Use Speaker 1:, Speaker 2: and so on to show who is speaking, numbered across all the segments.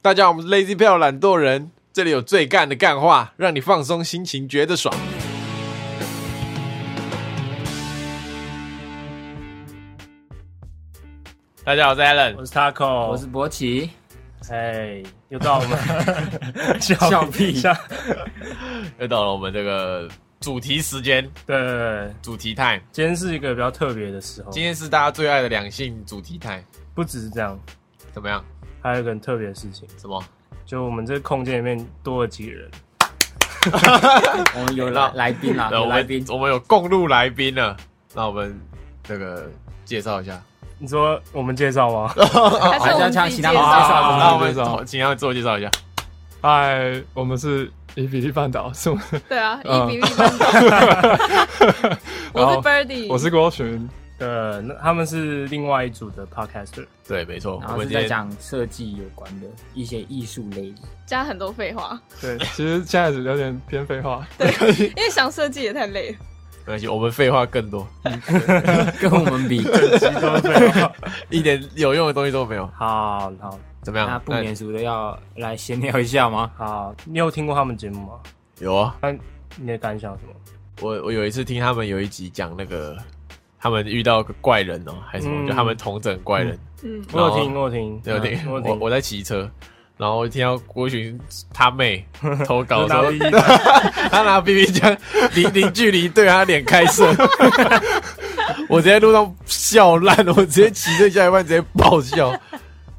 Speaker 1: 大家好，我们是 Lazy 票懒惰人，这里有最干的干话，让你放松心情，觉得爽。
Speaker 2: 大家好，我是 Allen，
Speaker 3: 我是 Taco，
Speaker 4: 我是博奇，
Speaker 3: 哎，又到我 们
Speaker 4: 笑 屁
Speaker 3: 笑，
Speaker 2: 又到了我们这个主题时间，
Speaker 3: 对对对，
Speaker 2: 主题 time。
Speaker 3: 今天是一个比较特别的时候，
Speaker 2: 今天是大家最爱的两性主题 time，
Speaker 3: 不只是这样，
Speaker 2: 怎么样？
Speaker 3: 还有一个很特别的事情，
Speaker 2: 什么？
Speaker 3: 就我们这个空间里面多了几个人，
Speaker 4: 我们有来来宾啦，
Speaker 2: 呃
Speaker 4: 有
Speaker 2: 我
Speaker 4: 啊来
Speaker 2: 们
Speaker 4: 宾，
Speaker 2: 我们有共路来宾了，那我们这个介绍一下。
Speaker 3: 你说我们介绍 吗？
Speaker 5: 还是我们自己介绍？啊
Speaker 4: 绍
Speaker 2: 那我
Speaker 6: 自
Speaker 2: 们
Speaker 6: 己介绍
Speaker 2: 请他自我介绍一下。
Speaker 6: 嗨，我们是伊比利半岛，是我，
Speaker 5: 对啊，
Speaker 6: 嗯
Speaker 5: 一比一分钟。
Speaker 6: 然
Speaker 5: 我是
Speaker 6: 后
Speaker 5: Birdy，
Speaker 6: 我是郭群，
Speaker 3: 对，那他们是另外一组的 podcaster，
Speaker 2: 对，没错，
Speaker 4: 然
Speaker 2: 我
Speaker 4: 后
Speaker 2: 们
Speaker 4: 是
Speaker 2: 今
Speaker 4: 在
Speaker 2: 天
Speaker 4: 讲设计有关的一些艺术类，
Speaker 5: 加很多废话，
Speaker 6: 对，其实现在只有点偏废话，
Speaker 5: 因为想设计也太累了。
Speaker 2: 没关系，我们废话更多，
Speaker 4: 跟我们 比，
Speaker 2: 一点有用的东西都没有。
Speaker 3: 好好
Speaker 2: 怎么
Speaker 4: 那
Speaker 2: 样？
Speaker 4: 啊不免俗的要来闲聊一下吗？
Speaker 3: 好，你有听过他们节目吗？
Speaker 2: 那有啊，
Speaker 3: 你的感想是什么？
Speaker 2: 我我有一次听他们有一集讲那个，他们遇到个怪人哦、还是什么，
Speaker 3: 嗯
Speaker 2: 就他们同整怪人。
Speaker 5: 嗯，
Speaker 3: 我有听，我有听，
Speaker 2: 对，
Speaker 3: 嗯我
Speaker 2: 啊我
Speaker 3: 有
Speaker 2: 我
Speaker 3: 听，
Speaker 2: 我在骑车，然后听到郭群他妹投稿
Speaker 3: 拿
Speaker 2: 说
Speaker 3: 了，一
Speaker 2: 他拿 BB 枪，零零距离对他脸开射，我直接路上笑烂了，我直接骑车下一半直接爆笑，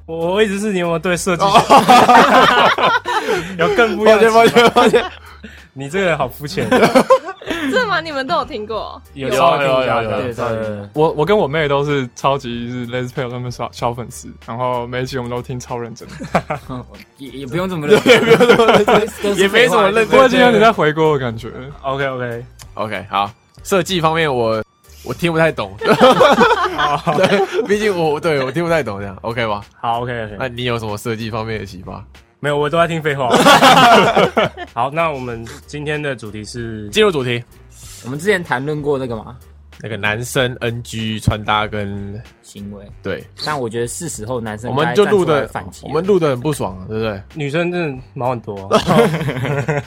Speaker 3: 我我一直是你有没有对设计
Speaker 2: 抱歉哦
Speaker 3: 有更不一样的 期待？
Speaker 2: 抱歉抱歉，
Speaker 3: 你这个人好肤浅。
Speaker 5: 真的吗？你们都有听过？
Speaker 3: 有
Speaker 2: 有
Speaker 3: 稍微
Speaker 2: 有
Speaker 3: 听一
Speaker 2: 有
Speaker 3: 下对
Speaker 2: 有
Speaker 3: 对
Speaker 4: 对
Speaker 3: 对
Speaker 4: 对
Speaker 3: 对，
Speaker 6: 我我跟我妹都是超级是 Les p a l 他们小小粉丝，然后每一集我们都听超认真，
Speaker 4: 也也不用这么认真，
Speaker 2: 也没什么认真
Speaker 6: 我已经有点在回锅的感觉了，
Speaker 3: ，OK OK，
Speaker 2: OK，好，设计方面我我听不太 懂，对，毕竟我对我听不太懂这样，OK 吧？
Speaker 3: 好 OK
Speaker 2: 那
Speaker 3: OK，
Speaker 2: 你有什么设计方面的启发？
Speaker 3: 没有，我都在听废话。 好，那我们今天的主题是
Speaker 2: 进入主题，
Speaker 4: 我们之前谈论过这个嘛
Speaker 2: 那个男生 NG 穿搭跟
Speaker 4: 行为，
Speaker 2: 对，
Speaker 4: 但我觉得是时候男生
Speaker 2: 我们就录
Speaker 4: 的
Speaker 2: 的
Speaker 4: 反击
Speaker 2: 我
Speaker 4: 了，
Speaker 2: 们录的很不爽，啊对 不对？
Speaker 3: 女生真的毛很多，啊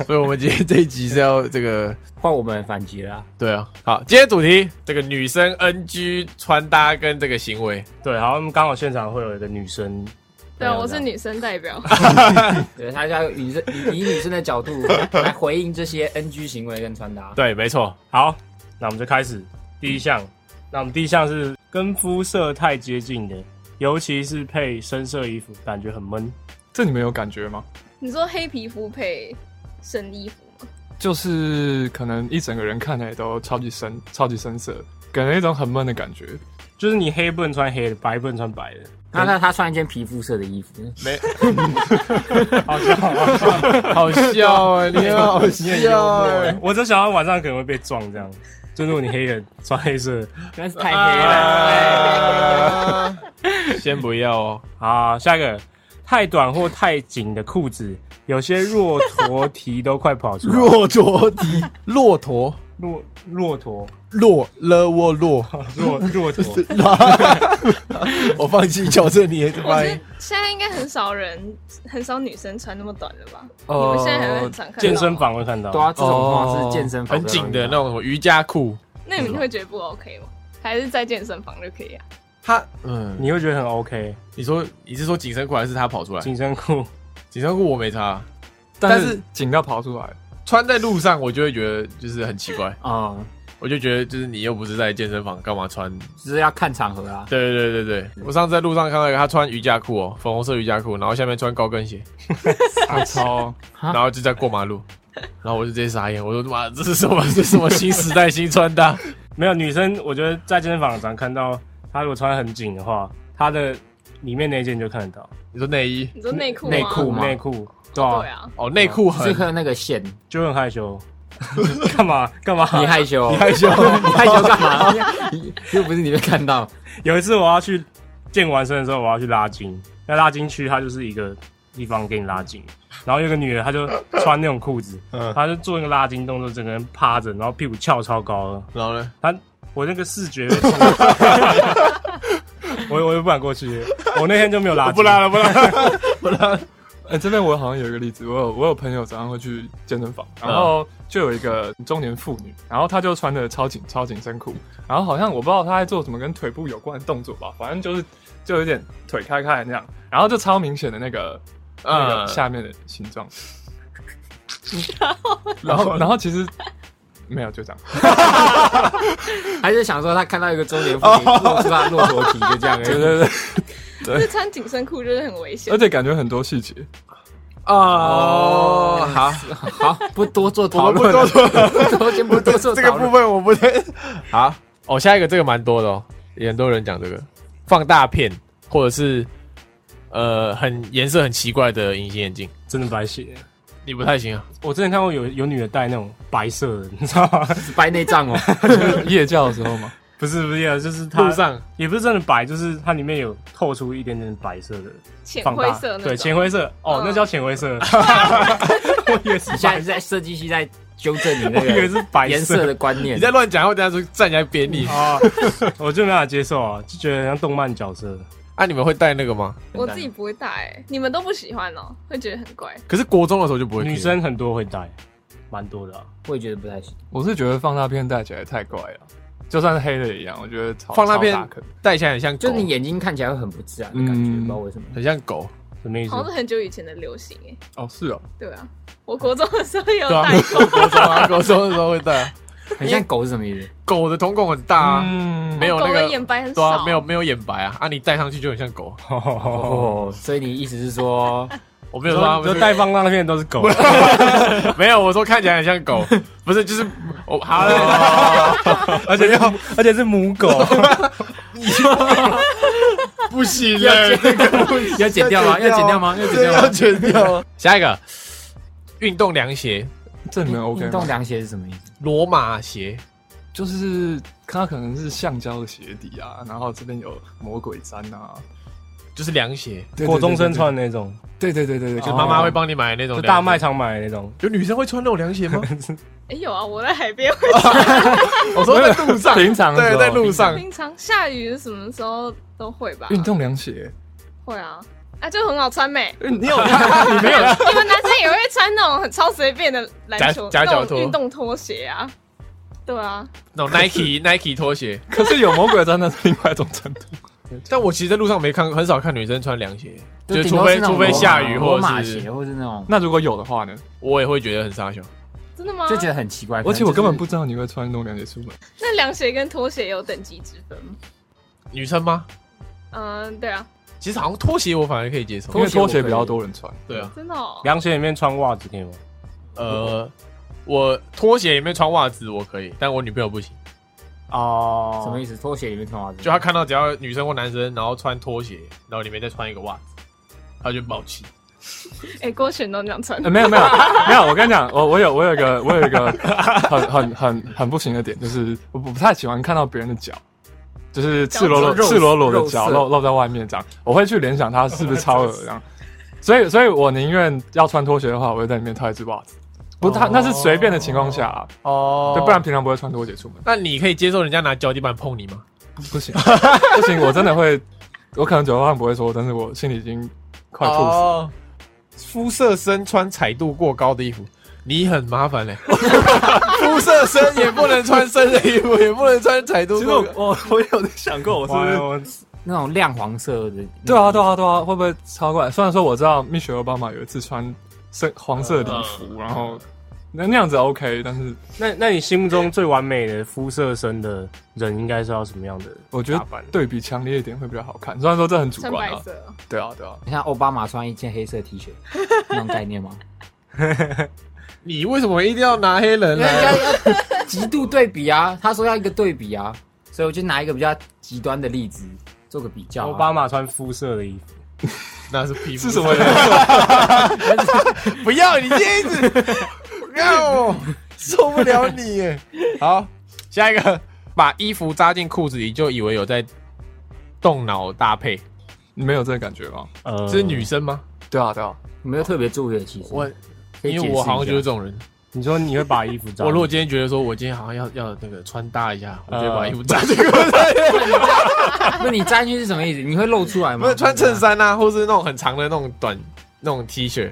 Speaker 2: 所以我们今天这一集是要这个。
Speaker 4: 换我们反击了啊，
Speaker 2: 对啊，好，今天主题这个女生 NG 穿搭跟这个行为，
Speaker 3: 对，好，我们刚好现场会有一个女生，
Speaker 5: 对，啊
Speaker 3: 没有
Speaker 5: 我是女生代表。
Speaker 4: 对，他要以女生以以女生的角度 来回应这些 NG 行为跟穿搭，
Speaker 2: 对，没错，
Speaker 3: 好，那我们就开始第一项。那我们第一项是跟肤色太接近的，尤其是配深色衣服，感觉很闷。
Speaker 6: 这你们有感觉吗？
Speaker 5: 你说黑皮肤配深衣服吗？
Speaker 6: 就是可能一整个人看起来都超级深、超级深色，给人一种很闷的感觉。
Speaker 3: 就是你黑不能穿黑的，白不能穿白的。
Speaker 4: 那那他穿一件皮肤色的衣服，
Speaker 3: 好 笑，好笑！
Speaker 2: 好笑啊，你 好笑啊，
Speaker 3: 我只想到晚上可能会被撞这样。就如果你黑人穿黑色的，
Speaker 4: 但是太黑了。
Speaker 2: 啊先不要哦，
Speaker 3: 好，下一个，太短或太紧的裤子，有些骆驼蹄都快跑 出来。
Speaker 2: 驼蹄，骆驼，
Speaker 3: 骆骆驼，
Speaker 2: 骆了我骆，
Speaker 3: 骆骆驼，
Speaker 2: 我放弃矫正你的
Speaker 5: 我
Speaker 2: 发
Speaker 5: 觉
Speaker 2: 音
Speaker 5: 得，现在应该很少人，很少女生穿那么短了吧？你们现在还会很常看到
Speaker 3: 健身？房会看到。
Speaker 4: 对啊，这种通常是健身房
Speaker 2: 哦很紧的那
Speaker 4: 啊
Speaker 2: 种什么瑜伽裤，
Speaker 5: 那你们会觉得不 OK 吗？还是在健身房就可以啊？
Speaker 2: 他，嗯，
Speaker 3: 你会觉得很 OK，
Speaker 2: 你说你是说紧身裤还是他跑出来？
Speaker 3: 紧身裤
Speaker 2: 紧身裤我没差，
Speaker 6: 但
Speaker 2: 但
Speaker 6: 是
Speaker 2: 是
Speaker 6: 紧到跑出来，
Speaker 2: 穿在路上我就会觉得就是很奇怪，
Speaker 4: 啊、嗯，
Speaker 2: 我就觉得就是你又不是在健身房，干嘛穿
Speaker 4: 就是要看场合啊。
Speaker 2: 对对对对对，我上次在路上看到一个，他穿瑜伽裤哦，粉红色瑜伽裤，然后下面穿高跟鞋，
Speaker 6: 啊超
Speaker 4: 啊
Speaker 2: 然后就在过马路，然后我就直接傻眼，我说妈，这是什么？这是什么新时代新穿搭？
Speaker 3: 没有女生，我觉得在健身房常看到，她如果穿很紧的话，她的里面那件就看得到
Speaker 2: 你说内衣
Speaker 5: 你说内裤吗？
Speaker 4: 内裤吗
Speaker 3: 内裤，对啊，
Speaker 5: 对啊，
Speaker 2: 哦，内裤
Speaker 4: 就是
Speaker 2: 很
Speaker 4: 和那个线，
Speaker 3: 就很害羞。 干嘛干嘛？
Speaker 4: 你害羞，你
Speaker 2: 害羞，
Speaker 4: 害羞干嘛？ 你又不是你被看到，
Speaker 3: 有一次我要去健完身的时候，我要去拉筋，那拉筋区它就是一个地方给你拉筋，然后有个女的她就穿那种裤 子，她就做那个拉筋动作，整个人趴着，然后屁股翘超高了，
Speaker 2: 然后呢？
Speaker 3: 我那个视觉被冲 到，我我又不敢过去，我那天就没有拉筋，
Speaker 2: 不拉了，不拉了，
Speaker 6: 呃，这边我好像有一个例子，我有我有朋友早上会去健身房，然
Speaker 2: 嗯
Speaker 6: 后就有一个中年妇女，然后她就穿的超紧超紧身裤，然后好像我不知道她在做什么跟腿部有关的动作吧，反正就是就有点腿开开的那样，然后就超明显的那个那
Speaker 2: 嗯
Speaker 6: 个，下面的形状，然后然后其实没有就这样，
Speaker 4: 还是想说他看到一个中年妇女露出她骆驼蹄，就这样而
Speaker 6: 对
Speaker 4: 已。
Speaker 6: 对对，
Speaker 5: 这穿紧身裤就是很危险
Speaker 6: 而。且感觉很多细节，
Speaker 2: 哦，好，
Speaker 4: 好，不多做讨
Speaker 2: 我们不
Speaker 4: 论
Speaker 2: 多
Speaker 4: 了，
Speaker 2: 说。
Speaker 4: 不多先不多做
Speaker 2: 这个
Speaker 4: 讨
Speaker 2: 部
Speaker 4: 论。
Speaker 2: 分我不太 好。哦，下一个这个蛮多的哦，也很多人讲这个放大片，或者是呃很颜色很奇怪的隐形眼镜，
Speaker 3: 真的白血。
Speaker 2: 你不太行啊。
Speaker 3: 我之前看过有有女的戴那种白色的，你知道吗？
Speaker 4: 白内障哦，
Speaker 6: 夜教的时候嘛，
Speaker 3: 不是不是，就是它
Speaker 2: 路上
Speaker 3: 也不是真的白，就是它里面有透出一点点白色的
Speaker 5: 浅
Speaker 3: 放
Speaker 5: 灰
Speaker 3: 大，
Speaker 5: 色那种
Speaker 3: 对，浅灰色，哦，
Speaker 5: 嗯
Speaker 3: 那叫浅灰色，我以为是
Speaker 4: 你现在
Speaker 3: 白
Speaker 4: 是在设计系在纠正你
Speaker 3: 我
Speaker 4: 那
Speaker 3: 以为
Speaker 4: 个
Speaker 3: 是白
Speaker 4: 颜色的观念
Speaker 2: 你。在乱讲，我等下说站起来扁你。
Speaker 3: 啊，我就没办法接受啊，就觉得像动漫角色。
Speaker 2: 啊，你们会戴那个吗？
Speaker 5: 我自己不会戴、欸，你们都不喜欢哦，会觉得很怪。
Speaker 2: 可是国中的时候就不会。
Speaker 3: 女生很多会戴，蛮多的啊、
Speaker 4: 我也觉得不太行。
Speaker 6: 我是觉得放大片戴起来太怪了，就算是黑的也一样，我觉得超
Speaker 2: 放大片
Speaker 6: 超大坑
Speaker 2: 戴起来很像狗
Speaker 4: 就，你眼睛看起来会很不自然的感觉，
Speaker 6: 嗯
Speaker 4: 不知道为什么。
Speaker 2: 很像狗。
Speaker 3: 什么意思
Speaker 5: 好？像是很久以前的流行哎、
Speaker 6: 哦，是哦，
Speaker 5: 对啊，我国中的时候也有
Speaker 2: 对啊
Speaker 5: 戴过，
Speaker 2: 国中啊，国中的时候会戴啊。
Speaker 4: 很像狗是什么意思？
Speaker 2: 狗的瞳孔很大啊，
Speaker 6: 嗯
Speaker 2: 没有那
Speaker 5: 狗的
Speaker 2: 个
Speaker 5: 眼白很
Speaker 2: 对
Speaker 5: 少，
Speaker 2: 啊，没有没有眼白啊。啊，你戴上去就很像狗。
Speaker 4: 哦，所以你意思是说，
Speaker 2: 我没有说他们
Speaker 3: 就是戴放那片都是狗，
Speaker 2: 没有，我说看起来很像狗，不是就是我好了。
Speaker 3: 而且要而且是母狗，
Speaker 2: 不行了，
Speaker 4: 要剪掉吗？要剪掉吗？要剪掉吗？
Speaker 2: 剪掉。下一个，运动凉鞋，
Speaker 6: 这你们 OK
Speaker 4: 运动
Speaker 6: 吗？
Speaker 4: 凉鞋是什么意思？
Speaker 2: 罗马鞋，
Speaker 6: 就是它可能是橡胶的鞋底啊，然后这边有魔鬼毡啊，
Speaker 2: 就是凉鞋，
Speaker 6: 对
Speaker 3: 国中生，穿的那种，
Speaker 6: 对对对对对对，
Speaker 2: 就是
Speaker 6: 哦
Speaker 2: 妈妈会帮你买那种凉
Speaker 3: 就
Speaker 2: 鞋
Speaker 3: 大卖。场买的那种。
Speaker 2: 有女生会穿那种凉鞋吗？
Speaker 5: 哎、有啊，我在海边会
Speaker 2: 我说在路上，
Speaker 6: 平常的时
Speaker 2: 对，
Speaker 6: 候
Speaker 2: 在路上。
Speaker 5: 平常下雨什么时候都会吧？
Speaker 6: 运动凉鞋，
Speaker 5: 会啊，啊就很好穿呗、
Speaker 6: 嗯你 有看？你没 有？
Speaker 5: 你们男生也会穿那种很超随便的篮球
Speaker 2: 夹夹脚拖
Speaker 5: 那种运动拖鞋啊？对啊，
Speaker 2: 那种 Nike Nike 拖鞋，
Speaker 6: 可是有魔鬼毡那是另外一种程 度，
Speaker 2: 但我其实在路上没看，很少看女生穿凉鞋，就
Speaker 4: 顶
Speaker 2: 除
Speaker 4: 多
Speaker 2: 非
Speaker 4: 是那种
Speaker 2: 除非下雨
Speaker 4: 罗
Speaker 2: 或
Speaker 4: 马
Speaker 2: 者
Speaker 4: 鞋，
Speaker 2: 是，
Speaker 4: 或是那种，
Speaker 6: 那如果有的话呢？
Speaker 2: 我也会觉得很傻笑。
Speaker 5: 真的吗？
Speaker 4: 就觉得很奇怪。
Speaker 6: 而 且我根本不
Speaker 4: 可
Speaker 6: 知道你会穿运动凉鞋出门，
Speaker 5: 那凉鞋跟拖鞋有等级之分吗？
Speaker 2: 女生吗？
Speaker 5: 嗯，对啊，
Speaker 2: 其实好像拖鞋我反而可以接受，
Speaker 6: 因为拖鞋
Speaker 4: 我可
Speaker 6: 比较
Speaker 4: 以
Speaker 6: 多人穿。
Speaker 2: 对啊，
Speaker 5: 真的哦。
Speaker 3: 凉鞋里面穿袜子可以吗？
Speaker 2: 呃，我拖鞋里面穿袜子我可以，但我女朋友不行。
Speaker 3: 哦
Speaker 4: 能就是什么意思，拖鞋里面穿袜子，
Speaker 2: 就他看到只要女生或男生，然后穿拖鞋，然后里面再穿一个袜子，他就爆气。
Speaker 5: 哎、郭璇都这样穿
Speaker 6: 呃，，没有没有没有，我跟你讲，我我有我有一个我有一个很很很很不行的点，就是我不不太喜欢看到别人的脚，就是赤裸裸
Speaker 4: 脚肉
Speaker 6: 赤裸裸的
Speaker 4: 肉
Speaker 6: 脚
Speaker 4: 色
Speaker 6: 露露在外面这样，我会去联想它是不是超恶这 样，所以所以我宁愿要穿拖鞋的话，我会在里面套一只袜子，不，它那是随便的情况下啊，
Speaker 2: 哦
Speaker 6: 对，不然平常不会穿拖鞋出门，
Speaker 2: 那你可以接受人家拿脚底板碰你吗？
Speaker 6: 不不行不行，我真的会，我可能嘴巴上不会说，但是我心里已经快吐死了。
Speaker 2: 哦，肤色深穿彩度过高的衣服，你很麻烦嘞、欸肤色深也不能穿深的衣服，也不能穿彩度过高。
Speaker 6: 我我有在想过，我
Speaker 3: 哇我
Speaker 4: 那种亮黄色的。
Speaker 6: 对啊，对啊，对啊，会不会超怪？虽然说我知道蜜雪奥巴马有一次穿深黄色礼
Speaker 3: 嗯
Speaker 6: 服，然后那那样子 OK，但是
Speaker 3: 那那你心目中最完美的肤色深的人应该是要什么样的？
Speaker 6: 我觉
Speaker 3: 打
Speaker 6: 得
Speaker 3: 扮
Speaker 6: 对比强烈一点会比较好看。虽然说这很主
Speaker 5: 穿
Speaker 6: 观
Speaker 5: 白
Speaker 6: 啊，
Speaker 5: 色。哦
Speaker 6: 对啊，对啊，
Speaker 4: 像奥巴马穿一件黑色 T 恤那种概念吗？
Speaker 2: 你为什么一定要拿黑人
Speaker 4: 因为
Speaker 2: 来？
Speaker 4: 要要 极度对比啊，他说要一个对比啊，所以我就拿一个比较极端的例子做个比较、
Speaker 3: 奥
Speaker 4: 啊。
Speaker 3: 巴马穿肤色的衣服，
Speaker 2: 那是皮肤
Speaker 6: 是什么？
Speaker 2: 不要你这一直， 要受不了你耶！好，下一个，把衣服扎进裤子里就以为有在动脑搭配，
Speaker 6: 你们有这个感觉吗？
Speaker 3: 呃，
Speaker 4: 嗯
Speaker 2: 这是女生吗？
Speaker 6: 对啊，对啊，
Speaker 4: 我没有特别注意的，其实
Speaker 2: 我
Speaker 4: 可以
Speaker 2: 因
Speaker 4: 解释
Speaker 2: 为
Speaker 4: 一
Speaker 2: 我
Speaker 4: 下
Speaker 2: 好像就是这种人。
Speaker 3: 你说你会把衣服扎？
Speaker 2: 我如果今天觉得说我今天好像要要那个穿搭一下，
Speaker 4: 嗯
Speaker 2: 我就把
Speaker 3: 呃
Speaker 2: 衣服扎进裤子里，
Speaker 4: 不，你扎进去是什么意思？你会露出来吗？
Speaker 2: 不是穿衬，衫啊，或是那种很长的那种短那种 T 恤，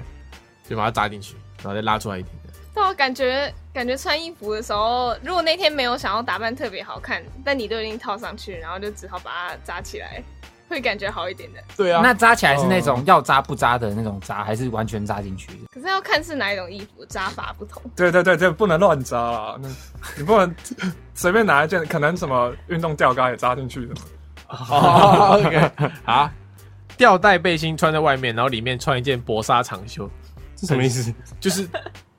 Speaker 2: 就把它扎进去，然后再拉出来一点点。
Speaker 5: 但我感觉，感觉穿衣服的时候，如果那天没有想要打扮特别好看，但你都已经套上去，然后就只好把它扎起来，会感觉好一点的。
Speaker 6: 对啊，
Speaker 4: 那扎起来是那种要扎不扎的那种扎，还是完全扎进去的？
Speaker 5: 可是要看是哪一种衣服，扎法不同。
Speaker 6: 对啊对对，这不能乱扎啦，那你不能随便拿一件，可能什么运动吊嘎也扎进去的嘛。
Speaker 2: 哦，OK，好，吊带背心穿在外面，然后里面穿一件薄纱长袖，
Speaker 3: 这什么意思
Speaker 2: 就是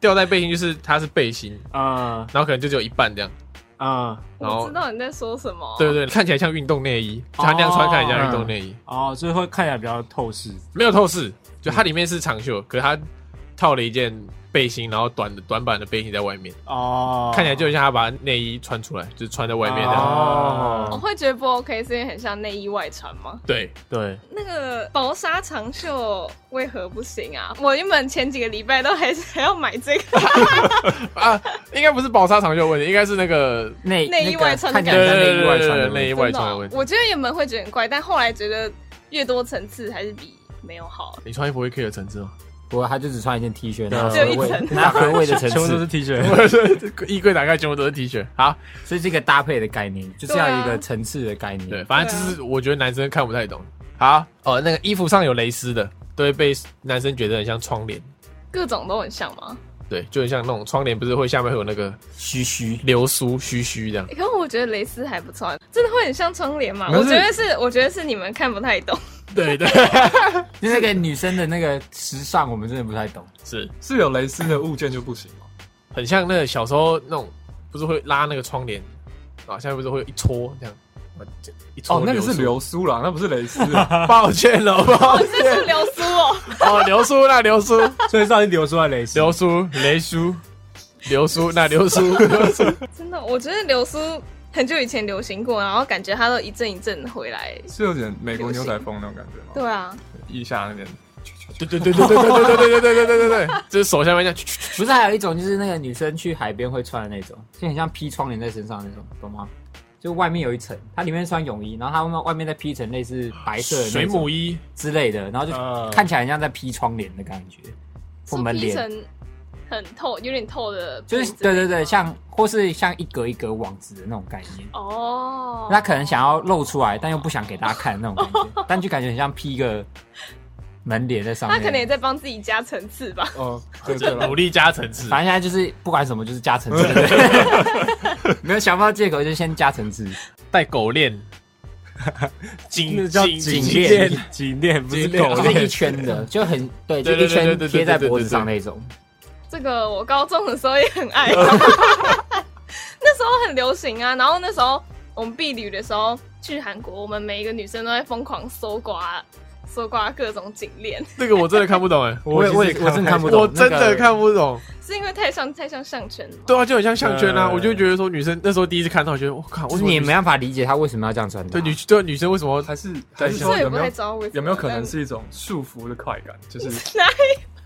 Speaker 2: 吊带背心，就是它是背心，
Speaker 3: 啊
Speaker 2: 然后可能就只有一半这样，
Speaker 3: 啊
Speaker 2: 然后
Speaker 5: 我知道你在说什么。
Speaker 2: 对对，看起来像运动内衣，它那样穿看起来像运动内衣，
Speaker 3: 哦，所以会看起来比较透视
Speaker 2: 没有透视，就它里面是长袖，可是它套了一件背心，然后短的短版的背心在外面，
Speaker 3: 哦，
Speaker 2: 看起来就像他把内衣穿出来，就是穿在外面这样。
Speaker 5: 我
Speaker 6: 啊
Speaker 3: 哦，
Speaker 5: 会觉得不 OK，是因为很像内衣外穿吗？
Speaker 2: 对，
Speaker 3: 对，
Speaker 5: 那个薄纱长袖为何不行啊？我原本前几个礼拜都还是还要买这个，
Speaker 2: 啊，应该不是薄纱长袖的问题，应该是那个
Speaker 4: 内
Speaker 5: 内衣
Speaker 4: 那个
Speaker 5: 外穿的
Speaker 4: 看起来很像内衣外穿
Speaker 2: 对
Speaker 4: 的
Speaker 2: 对内
Speaker 4: 衣。
Speaker 2: 衣外
Speaker 5: 真
Speaker 2: 穿
Speaker 5: 的
Speaker 2: 的
Speaker 5: 哦
Speaker 2: 问题。
Speaker 5: 我觉得原本会觉得很怪，但后来觉得越多层次还是比没有好。
Speaker 2: 你穿衣服会 care 层次吗？
Speaker 4: 不过他就只穿一件 T 恤，拿
Speaker 5: 只有
Speaker 4: 回
Speaker 5: 一
Speaker 4: 味
Speaker 5: 层
Speaker 4: 拿回味的层
Speaker 3: 全部都是
Speaker 4: 次，
Speaker 3: T 恤，
Speaker 2: 衣柜打开全部都是 T 恤。好，
Speaker 4: 所以这个搭配的概念就是要有一
Speaker 5: 对啊
Speaker 4: 个层次的概念。
Speaker 2: 对，啊反正就是我觉得男生看不太懂。好，哦，那个衣服上有蕾丝的，都会被男生觉得很像窗帘。
Speaker 5: 各种都很像吗？
Speaker 2: 对，就很像那种窗帘，不是会下面会有那个
Speaker 4: 虚虚
Speaker 2: 流苏须须这样。
Speaker 5: 欸 可是我觉得蕾丝还不错啊，真的会很像窗帘嘛？
Speaker 6: 可是
Speaker 5: 我觉得是，我觉得是你们看不太 懂。
Speaker 2: 对对，
Speaker 4: 就那个女生的那个时尚，我们真的不太懂。
Speaker 2: 是
Speaker 6: 是有蕾丝的物件就不行吗？
Speaker 2: 很像那个小时候那种，不是会拉那个窗帘啊，下面不是会有一撮这样。一撮
Speaker 6: 哦，那个是
Speaker 2: 苏
Speaker 6: 流苏啦，那不是蕾丝啦。
Speaker 2: 抱歉了，抱
Speaker 5: 这是流苏哦，
Speaker 2: 哦，流苏那流苏，
Speaker 3: 所以到底流出来蕾丝，
Speaker 2: 流苏雷苏，流苏那流苏，流苏
Speaker 5: 真的，我觉得流苏很久以前流行过，然后感觉它都一阵一阵回来。
Speaker 6: 是有点美国牛仔风那种感觉吗？
Speaker 5: 对啊，
Speaker 6: 腋下那边
Speaker 2: 对对对对对对对对对对对对对对，就是手下面这样，
Speaker 4: 不是还有一种就是那个女生去海边会穿的那种，就很像披窗帘在身上那种，懂吗？就外面有一层，它里面穿泳衣，然后它外面外面再披一层类似白色的那种
Speaker 2: 水母衣，
Speaker 4: 之类的，然后就
Speaker 3: 嗯
Speaker 4: 看起来很像在披窗帘的感觉，或
Speaker 5: 是
Speaker 4: 门
Speaker 5: 披
Speaker 4: 帘，
Speaker 5: 成很透，有点透的布之
Speaker 4: 就
Speaker 5: 类
Speaker 4: 是
Speaker 5: 的吗，
Speaker 4: 对对对，像或是像一格一格网子的那种概念。
Speaker 5: 哦，
Speaker 4: 他可能想要露出来，但又不想给大家看那种感 觉，但就感觉很像披一个门帘在上
Speaker 5: 他
Speaker 4: 面。
Speaker 5: 可能也在帮自己加层次吧。
Speaker 6: 哦，对对了
Speaker 2: 努，力加层次。
Speaker 4: 反正现在就是不管什么，就是加层 次，对不对没有想不到借口就先加层次。
Speaker 2: 戴狗链，
Speaker 3: 那
Speaker 2: 颈
Speaker 3: 叫
Speaker 2: 颈
Speaker 4: 颈
Speaker 2: 链
Speaker 4: 链，
Speaker 3: 颈链不是
Speaker 2: 颈链
Speaker 3: 狗
Speaker 4: 就
Speaker 3: 链
Speaker 4: 是一圈的，就很对，就
Speaker 2: 对对对对
Speaker 4: 一圈
Speaker 2: 对对
Speaker 4: 贴在脖
Speaker 2: 对对
Speaker 4: 子
Speaker 2: 对
Speaker 4: 上那种。
Speaker 5: 这个我高中的时候也很爱，那时候很流行啊。然后那时候我们避旅的时候去韩国，我们每一个女生都在疯狂搜刮搜刮各种颈链，
Speaker 2: 这个我真的看不懂哎，
Speaker 4: 我也我也
Speaker 6: 其实
Speaker 4: 我真的看不懂，
Speaker 2: 我真的看不懂。
Speaker 5: 是因为太像太像项圈了吗。
Speaker 2: 对啊，就很像项圈啊，
Speaker 3: 嗯
Speaker 2: 我就觉得说女生那时候第一次看到，我觉得我靠，为
Speaker 4: 就是
Speaker 2: 什么
Speaker 4: 你也
Speaker 2: 女
Speaker 4: 没办法理解他为什么要这样啊穿搭。
Speaker 2: 对女对啊女生为什么
Speaker 6: 还是还是
Speaker 5: 所
Speaker 6: 说
Speaker 5: 以
Speaker 6: 有
Speaker 5: 不
Speaker 6: 没
Speaker 5: 太
Speaker 6: 有
Speaker 5: 知道为什么
Speaker 6: 有没有可能是一种束缚的快 感？就是
Speaker 5: 但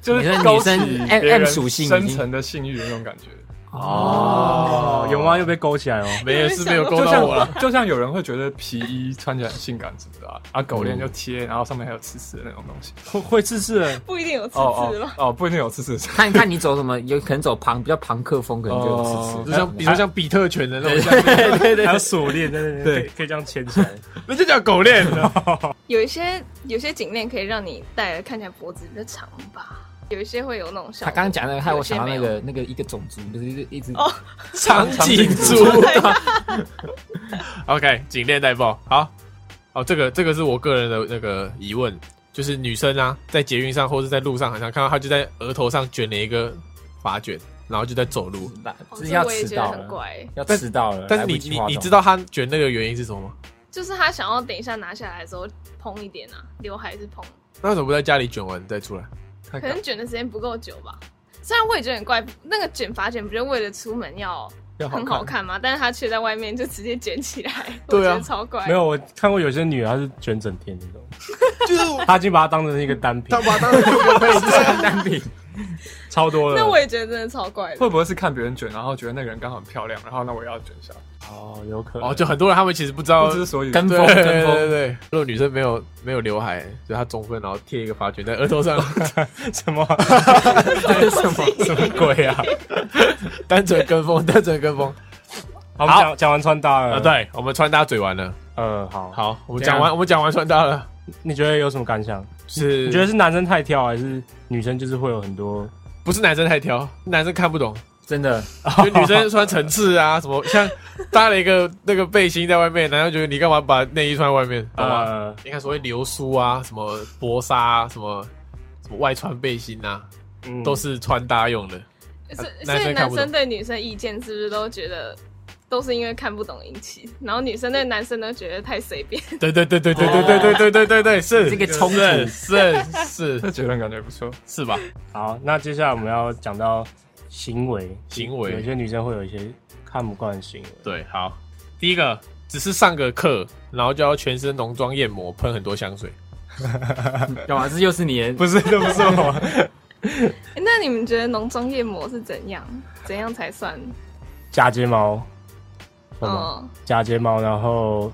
Speaker 6: 就
Speaker 4: 你说
Speaker 6: 是
Speaker 4: 女
Speaker 6: 勾起
Speaker 4: 生
Speaker 6: 别
Speaker 4: M- M
Speaker 6: 人
Speaker 4: 属性已经
Speaker 6: 深层的性欲的那种感觉。
Speaker 3: 哦，有吗？又被勾起来哦，
Speaker 2: 没有是没有勾
Speaker 6: 就
Speaker 2: 到我啊
Speaker 4: 啊
Speaker 2: 了？
Speaker 6: 像 就像有人会觉得皮衣穿起来很性感什么的啊，啊狗链就贴，然后上面还有刺刺的那种东西。
Speaker 3: 会会刺刺 的，
Speaker 5: 不一定有层次
Speaker 6: 哦
Speaker 5: 吧？
Speaker 6: 哦哦，不一定有刺刺的。
Speaker 4: 看看你走什么，有可能走庞比较庞克风，可能就有刺
Speaker 6: 哦
Speaker 4: 刺。
Speaker 2: 就像比如说像比特犬的那种项圈，
Speaker 3: 还有锁链在那边，
Speaker 6: 对
Speaker 3: 可以可以这样牵起来。
Speaker 2: 那就叫狗链。
Speaker 5: 有一些有些颈链可以让你戴了看起来脖子比较长吧，有一些会有那种
Speaker 4: 他
Speaker 5: 效果。
Speaker 4: 刚刚讲那个，害我想到那
Speaker 5: 有些没有
Speaker 4: 个那个一个种族，不是一直一直
Speaker 5: 哦
Speaker 2: 长颈啊猪。OK，颈链带爆。好，哦，这个这个是我个人的那个疑问，就是女生啊，在捷运上或是在路上，好像看到她就在额头上卷了一个发卷，然后就在走路。
Speaker 5: 哦
Speaker 4: 就是
Speaker 5: 这
Speaker 4: 要
Speaker 5: 我也
Speaker 4: 迟
Speaker 5: 觉得
Speaker 4: 到
Speaker 5: 很
Speaker 4: 了，
Speaker 5: 怪，
Speaker 4: 要迟到了。
Speaker 2: 但是你
Speaker 4: 来不及
Speaker 2: 你
Speaker 4: 化
Speaker 2: 你
Speaker 4: 妆
Speaker 2: 知道她卷那个原因是什么吗？
Speaker 5: 就是他想要等一下拿下来的时候蓬一点啊，刘海是蓬。
Speaker 2: 那为什么不在家里卷完再出来？
Speaker 6: 太
Speaker 5: 可
Speaker 6: 感
Speaker 5: 能卷的时间不够久吧。虽然我也觉得很怪，那个卷发卷不就为了出门要
Speaker 6: 要
Speaker 5: 很好看吗？但是他却在外面就直接卷起 来，
Speaker 2: 对啊
Speaker 5: 我觉得超 怪。
Speaker 3: 没有，我看过有些女的，她是卷整天那种，
Speaker 2: 就是
Speaker 3: 她已经把它当成一个单品
Speaker 2: 她。把当成一个配件，
Speaker 4: 单品，
Speaker 3: 超多的
Speaker 5: 那。我也觉得真的超怪的
Speaker 6: 会。不会是看别人卷，然后觉得那个人刚好很漂亮，然后那我也要卷一下？
Speaker 3: 哦，有可 能。
Speaker 2: 哦，就很多人他们其实不知道
Speaker 6: 不知所以然，
Speaker 2: 跟
Speaker 6: 对啊
Speaker 2: 风，
Speaker 6: 对
Speaker 2: 跟
Speaker 6: 对
Speaker 2: 风，
Speaker 6: 对
Speaker 2: 对对。如果女生没有没有刘海，就她中分，然后贴一个发卷在额头上，
Speaker 3: 什么
Speaker 4: 这是什么？
Speaker 3: 什么 鬼啊？
Speaker 2: 单纯跟风，单纯跟风。
Speaker 3: 好，我们讲讲完穿搭
Speaker 2: 啊，
Speaker 3: 了。，
Speaker 2: 对，我们穿搭嘴完了。
Speaker 3: 嗯，好。
Speaker 2: 好，我们
Speaker 3: 这样
Speaker 2: 讲完，我们讲完穿搭了。
Speaker 3: 你觉得有什么感想？
Speaker 2: 是，
Speaker 3: 你觉得是男生太挑，还是女生就是会有很多？
Speaker 2: 不是男生太挑，男生看不懂，
Speaker 4: 真的，
Speaker 2: 就女生穿层次啊，什么像搭了一个 那个背心在外面，男生觉得你干嘛把内衣穿在外面，懂吗？
Speaker 3: 呃，
Speaker 2: 你看所谓流苏啊，什么薄纱啊，什么什么外穿背心啊，
Speaker 3: 嗯
Speaker 2: 都是穿搭用的。
Speaker 5: 所
Speaker 2: 呃
Speaker 5: 以
Speaker 2: 男
Speaker 5: 所以
Speaker 2: 生看
Speaker 5: 男
Speaker 2: 不
Speaker 5: 生
Speaker 2: 懂
Speaker 5: 对女生意见是不是都觉得都是因为看不懂引起？然后女生对男生都觉得太随便，
Speaker 2: 对对对对对对对对对对对对，是
Speaker 4: 这个冲突
Speaker 2: 是是是
Speaker 6: 这结论感觉不错。
Speaker 2: 是吧？
Speaker 3: 好，那接下来我们要讲到行为，
Speaker 2: 行
Speaker 3: 有
Speaker 2: 为
Speaker 3: 些女生会有一些看不惯的行为。
Speaker 2: 对，好，第一个只是上个课，然后就要全身浓妆艳抹，喷很多香水。
Speaker 4: 干嘛？这又是你的
Speaker 3: 不是，这不是我。
Speaker 5: 诶那你们觉得浓妆艳抹是怎样？怎样才算？
Speaker 3: 假睫毛，懂吗？
Speaker 5: 嗯，
Speaker 3: 假睫毛，然后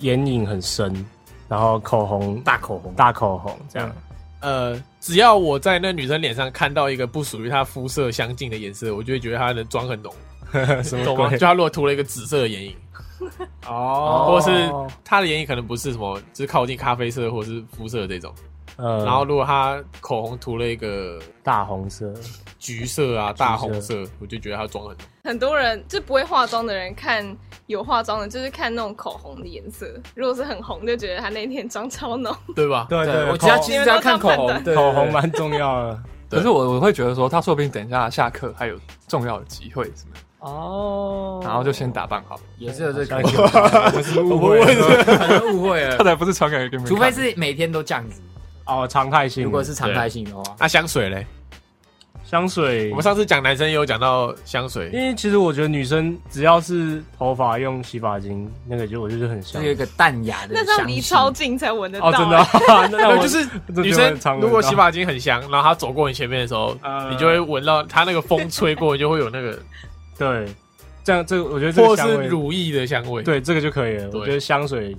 Speaker 3: 眼影很深，然后口红
Speaker 4: 大口红，
Speaker 3: 大口红这样。
Speaker 2: 呃，只要我在那女生脸上看到一个不属于她肤色相近的颜色，我就会觉得她的妆很浓，
Speaker 3: 什
Speaker 2: 懂吗？
Speaker 3: 鬼
Speaker 2: 就她如果涂了一个紫色的眼影，
Speaker 3: 哦
Speaker 2: 或是她的眼影可能不是什么，就是靠近咖啡色或是肤色这种。
Speaker 3: 呃，
Speaker 2: 然后如果她口红涂了一个
Speaker 3: 大红色，
Speaker 2: 橘色啊、大红色，我就觉得她妆很浓。
Speaker 5: 很多人就不会化妆的人看有化妆的，就是看那种口红的颜色。如果是很红，就觉得他那天妆超浓。
Speaker 2: 对吧？
Speaker 3: 对
Speaker 4: 对，我
Speaker 3: 口
Speaker 4: 只要其实只要看口
Speaker 5: 你
Speaker 4: 红
Speaker 5: 们，
Speaker 4: 对
Speaker 3: 口红？蛮重要的。
Speaker 2: 对
Speaker 6: 哦可是我我会觉得说，他说不定等一下下课还有重要的集会什么的，
Speaker 4: 哦
Speaker 6: 然后就先打扮好。
Speaker 4: 也是有这
Speaker 3: 感
Speaker 4: 个，
Speaker 3: 觉我是误会了
Speaker 4: 可能误会
Speaker 6: 他
Speaker 4: 了，
Speaker 6: 才不是传给你们 看，
Speaker 4: 除非是每天都这样子。
Speaker 3: 哦，常态性。
Speaker 4: 如果是常态性的话，
Speaker 2: 那香水嘞？
Speaker 3: 香水，
Speaker 2: 我们上次讲男生也有讲到香
Speaker 3: 因
Speaker 2: 水，
Speaker 3: 为其实我觉得女生只要是头发用洗发精，那个就我就是很
Speaker 4: 就
Speaker 3: 香
Speaker 4: 是。有一个淡雅的
Speaker 5: 那
Speaker 4: 香气。
Speaker 5: 张离超近才闻得到、欸
Speaker 3: 哦， 真的啊，那那
Speaker 2: 对，
Speaker 3: 我
Speaker 2: 欸就是
Speaker 3: 这
Speaker 2: 女
Speaker 3: 就会
Speaker 2: 生
Speaker 3: 常闻
Speaker 2: 如果
Speaker 3: 到
Speaker 2: 洗发精很香，然后她走过你前面的时候，
Speaker 3: 呃
Speaker 2: 你就会闻到她那个风吹过，就会有那个，
Speaker 3: 对，这样这个我觉得 这
Speaker 2: 或
Speaker 3: 个
Speaker 2: 者
Speaker 3: 香
Speaker 2: 是
Speaker 3: 味，
Speaker 2: 乳液的香味。，
Speaker 3: 对这个就可以了。
Speaker 2: 对
Speaker 3: 我觉得香水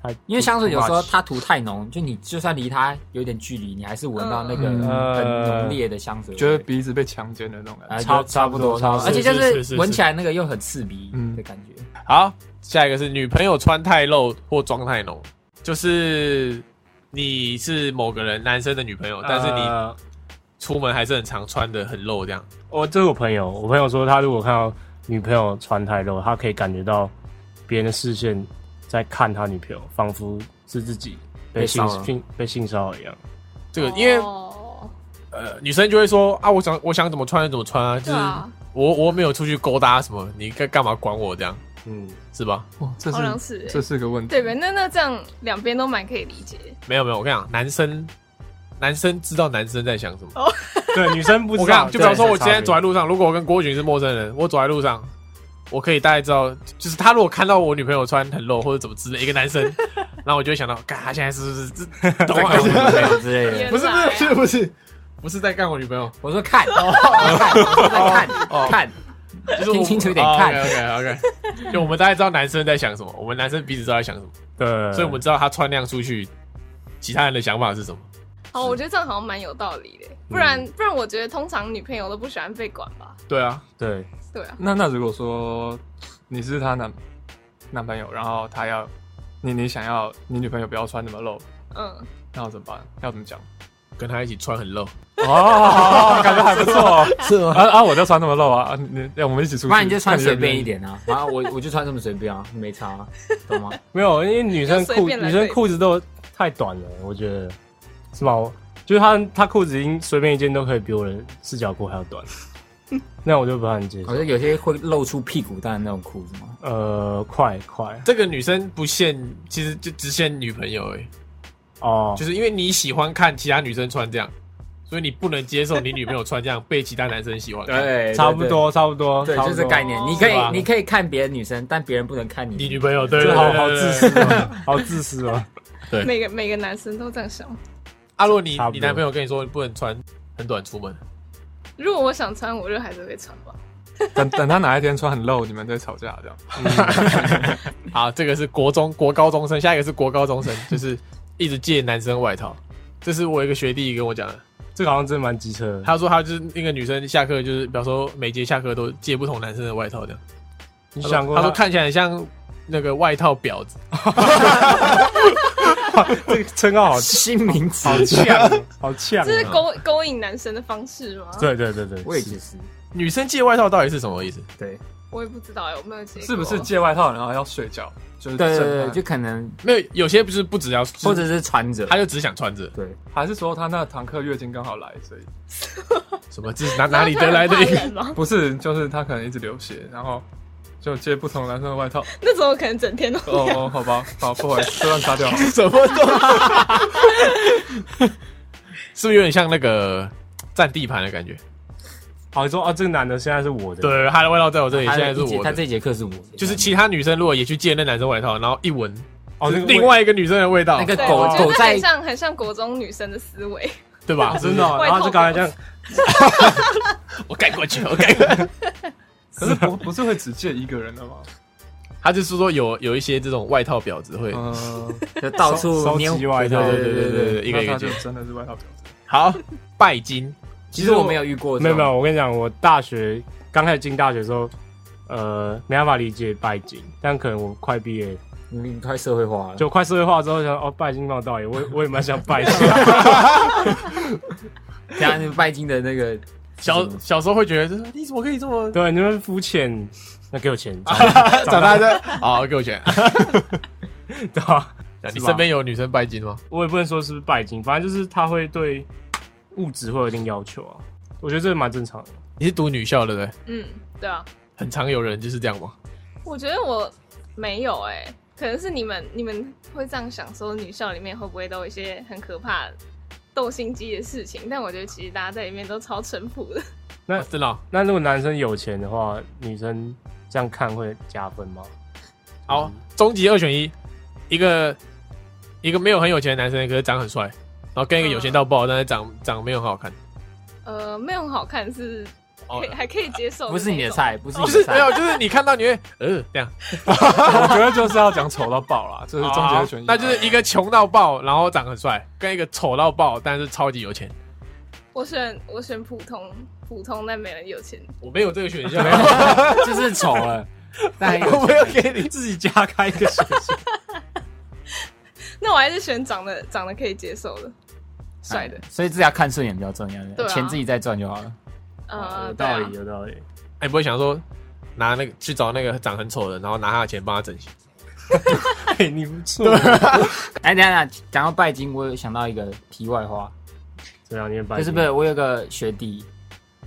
Speaker 3: 还，
Speaker 4: 因为香水有时
Speaker 3: too
Speaker 4: 候
Speaker 3: much
Speaker 4: 它涂太浓，就你就算离它有点距离，你还是闻到那个
Speaker 6: 嗯
Speaker 4: 很浓烈的香水味，
Speaker 6: 觉得鼻子被强奸的那种感
Speaker 4: 啊
Speaker 6: 觉。
Speaker 4: 就差不多，
Speaker 3: 差
Speaker 4: 差
Speaker 3: 不多
Speaker 4: 不多，而且就是
Speaker 2: 是是
Speaker 4: 是
Speaker 2: 是
Speaker 4: 闻起来那个又很刺鼻的感觉。
Speaker 2: 好，下一个是女朋友穿太露或妆太浓，就是你是某个人男生的女朋友，哦但是你
Speaker 3: 呃
Speaker 2: 出门还是很常穿的很露这样。
Speaker 3: 我这是我朋友，我朋友说他如果看到女朋友穿太露，他可以感觉到别人的视线在看他女朋友，仿佛是自己被
Speaker 4: 被
Speaker 3: 性
Speaker 4: 骚扰
Speaker 3: 性被性骚扰一样。
Speaker 2: 这个因为
Speaker 5: 哦
Speaker 2: 呃女生就会说啊，我想我想怎么穿就怎么穿啊，就
Speaker 5: 对
Speaker 2: 是
Speaker 5: 啊，
Speaker 2: 我我没有出去勾搭什么，你该干嘛管我这样
Speaker 3: 嗯，
Speaker 2: 是吧？
Speaker 6: 哇，这
Speaker 5: 好像
Speaker 6: 是
Speaker 5: 是
Speaker 6: 这是个问题。
Speaker 5: 对吧？那那这样两边都蛮可以理解。
Speaker 2: 没有没有，我跟你讲，男生男生知道男生在想什么。
Speaker 3: 对，女生不
Speaker 2: 我
Speaker 3: 知
Speaker 2: 跟你
Speaker 3: 道。
Speaker 2: 讲，就比方说，我今天走在
Speaker 3: 转
Speaker 2: 路上，如果我跟郭群是陌生人，我走在路上，我可以大概知道，就是他如果看到我女朋友穿很露或者怎么之类，一个男 生，然后我就会想到，干，他现在是不是这懂我
Speaker 4: 干
Speaker 2: 女朋友
Speaker 4: 我女朋友之类的，
Speaker 5: 原
Speaker 2: 不是
Speaker 5: 来
Speaker 2: 不
Speaker 5: 啊
Speaker 2: 是不是不是不是在干我女朋友，
Speaker 4: 我说看，看，我说在看，看，
Speaker 2: 就是我
Speaker 4: 听清楚一点看
Speaker 2: OK OK OK，就我们大概知道男生在想什么，我们男生彼此知道在想什么，
Speaker 3: 嗯对，
Speaker 2: 所以我们知道他穿那样出去，其他人的想法是什么。
Speaker 5: 哦，我觉得这样好像蛮有道理的，
Speaker 2: 嗯
Speaker 5: 不然、不然，我觉得通常女朋友都不喜欢被管吧？
Speaker 2: 对啊，
Speaker 3: 对
Speaker 5: 对啊，
Speaker 6: 那那如果说你是她男男朋友，然后他要你你想要你女朋友不要穿那么露，
Speaker 5: 嗯，
Speaker 6: 那要怎么办？要怎么讲？
Speaker 2: 跟他一起穿很露，
Speaker 6: 哦，感觉还不错。
Speaker 4: 是吗？
Speaker 6: 啊啊！我就穿那么露啊！啊你你我们一起出去，
Speaker 4: 不然你就穿
Speaker 6: 看愿
Speaker 4: 随
Speaker 6: 不
Speaker 4: 便
Speaker 6: 愿
Speaker 4: 一
Speaker 6: 意。
Speaker 4: 点啊，然后我我就穿这么随便啊，没差啊，懂吗？
Speaker 3: 没有，因为女生
Speaker 5: 就随
Speaker 3: 裤
Speaker 5: 便来
Speaker 3: 女生
Speaker 5: 对
Speaker 3: 裤子都太短了，我觉得是吧？我就是她她裤子已经随便一件都可以比我的四角裤还要 短，那我就不太能接受
Speaker 4: 好。像有些会露出屁股蛋的那种裤子嘛，
Speaker 3: 呃，快快
Speaker 2: 这个女生不限，其实就只限女朋友而已。
Speaker 3: 哦，
Speaker 2: 就是因为你喜欢看其他女生穿这样，所以你不能接受你女朋友穿这样被其他男生喜欢。，
Speaker 4: 对
Speaker 3: 差不。多差不多，
Speaker 4: 对，
Speaker 3: 差不
Speaker 4: 就
Speaker 3: 多
Speaker 4: 是概念，你可
Speaker 2: 是吧
Speaker 4: 以，你可以看别的女生，但别人不能看
Speaker 2: 你
Speaker 4: 你。
Speaker 2: 女朋友对
Speaker 3: 这
Speaker 2: 对
Speaker 3: 好
Speaker 2: 对
Speaker 3: 好
Speaker 2: 对
Speaker 3: 自私哦， 好自私哦。
Speaker 2: 对
Speaker 5: 每个每个男生都这样想，
Speaker 2: 啊，如果你
Speaker 3: 差不多
Speaker 2: 你男朋友跟你说你不能穿很短出门，
Speaker 5: 如果我想穿，我就还是会穿吧。
Speaker 6: 等等他哪一天穿很露，你们再吵 架这样。
Speaker 2: 好，这个是国中国高中生，下一个是国高中生，就是一直借男生外套。这是我一个学弟跟我讲的，
Speaker 3: 这个好像真的蛮机车的。
Speaker 2: 他说他就是那个女生下课就是，比方说每节下课都借不同男生的外套这样。
Speaker 3: 你
Speaker 2: 他
Speaker 3: 想
Speaker 2: 说
Speaker 3: 过
Speaker 2: 他说
Speaker 3: 他
Speaker 2: 看起来很像那个外套婊子，
Speaker 3: 这个称号好
Speaker 4: 新名词，
Speaker 3: 好呛，好呛
Speaker 5: 这是
Speaker 3: 啊。
Speaker 5: 勾勾引男生的方式吗？，
Speaker 3: 对对对对，
Speaker 4: 我也
Speaker 3: 是
Speaker 4: 觉是，
Speaker 2: 女生借外套到底是什么意思？
Speaker 4: 对
Speaker 5: 我也不知道哎，我没有接过。
Speaker 6: 是不是借外套然后要睡觉？就是
Speaker 4: 对对
Speaker 6: 正
Speaker 4: 对，
Speaker 6: 派
Speaker 4: 就可能
Speaker 2: 没有，有些不是不只要，
Speaker 4: 或者是穿着
Speaker 2: 他，就只想穿着
Speaker 4: 对，
Speaker 6: 还是说他那堂课月经刚好来，所以
Speaker 2: 什么，这是哪哪里得来的一
Speaker 5: 那他很怕
Speaker 2: 个？
Speaker 5: 冷吗？
Speaker 6: 不是就是他可能一直流血，然后就借不同男生的 外套。
Speaker 5: 那种可能整天都
Speaker 6: 哦哦，好吧，好，不好意思，这段 擦掉。
Speaker 2: 什么都，是不是有点像那个占地盘的感觉？
Speaker 3: 好你说啊，这个男的现在是我的，，
Speaker 2: 对，他的外套在我这里，
Speaker 4: 他
Speaker 2: 现在是
Speaker 4: 一节
Speaker 2: 我
Speaker 4: 他
Speaker 2: 的。
Speaker 4: 这节课是我的，
Speaker 2: 就是其他女生如果也去借那男生外套，然后一闻，
Speaker 3: 哦，那个
Speaker 2: 另外一个女生的味道，
Speaker 4: 那个
Speaker 5: 对，
Speaker 4: 狗
Speaker 5: 我觉
Speaker 4: 狗
Speaker 5: 得
Speaker 4: 在
Speaker 5: 很像很像国中女生的思维，
Speaker 2: 对吧？
Speaker 3: 真的哦，
Speaker 5: 外
Speaker 3: 然
Speaker 5: 套
Speaker 3: 后就刚才这样，
Speaker 2: 我盖过去，我盖过去。
Speaker 6: 可是不不是会只借一个人的吗？
Speaker 2: 他就是说有有一些这种外套婊子会，
Speaker 6: 嗯，
Speaker 4: 就到处
Speaker 3: 收
Speaker 4: 捏
Speaker 3: 集外套
Speaker 2: 对对对对对，一个一个
Speaker 6: 那他就
Speaker 2: 接。
Speaker 6: 真的是外套婊子。
Speaker 2: 好，拜金，
Speaker 4: 其实我没有遇过，
Speaker 3: 没有没有，，我跟你讲，我大学刚开始进大学的时候，呃，没办法理解拜金，但可能我快毕业，
Speaker 4: 你你太社会化了，
Speaker 3: 就快社会化之后想，哦，拜金蛮有道理，我也 我也蛮想拜金。
Speaker 4: 这样就拜金的那个
Speaker 2: 小小时候会觉得，你怎么可以这么？
Speaker 3: 对，你们肤浅，那给我 钱，
Speaker 2: 长大的好，给我 选。
Speaker 3: 对
Speaker 4: 啊
Speaker 3: 吧？
Speaker 2: 你身边有女生拜金吗？
Speaker 3: 我也不能说是不是拜金，反正就是他会对物质会有一定要求啊。我觉得这蛮正常的。
Speaker 2: 你是读女校的对不对？
Speaker 5: 嗯，对啊，
Speaker 2: 很常有人就是这样吗？
Speaker 5: 我觉得我没有哎、可能是你们你们会这样想，说女校里面会不会都有一些很可怕斗心机的事情？但我觉得其实大家在里面都超淳朴的，
Speaker 3: 那
Speaker 2: 啊真的哦
Speaker 3: 那如果男生有钱的话，女生这样看会加分吗？
Speaker 2: 好，终极二选一，一个一个没有很有钱的男生，可是长很帅，然后跟一个有钱到
Speaker 6: 嗯
Speaker 2: 爆，但是长长没有很好看。
Speaker 5: 呃，没有很好看是
Speaker 2: 哦
Speaker 5: 可以、还可以接受那种，
Speaker 4: 不是你的菜，不是
Speaker 2: 就
Speaker 4: 你的
Speaker 2: 是没有，
Speaker 4: 菜，
Speaker 2: 就是你看到你会呃这样，
Speaker 6: 我觉得就是要讲丑到爆啦，这是终结的选
Speaker 2: 啊好
Speaker 6: 一。
Speaker 2: 那就是一个穷到爆，然后长很帅，跟一个丑到爆，但是超级有钱。
Speaker 5: 我选我选普通普通但没人有钱，
Speaker 2: 我 没有这个选项，
Speaker 4: 就是丑了，但
Speaker 2: 我没有给你 自己加开一个选项。
Speaker 5: 那我还是选长得长得可以接受的，帅的，
Speaker 4: 所以自己要看顺眼比较重要，
Speaker 5: 对啊
Speaker 4: 钱自己再赚就好了。
Speaker 5: 呃，
Speaker 3: 有
Speaker 5: 对
Speaker 3: 道
Speaker 5: 啊
Speaker 3: 理，，有道理。
Speaker 2: 哎，不会想说拿那个去找那个长很丑的，然后拿他的钱帮他整形。
Speaker 3: 嘿，你不错，
Speaker 4: 哎，等一下等一下，讲到拜金，我有想到一个题外话，
Speaker 3: 这两啊年拜
Speaker 4: 就
Speaker 3: 金
Speaker 4: 是不是我有个学弟，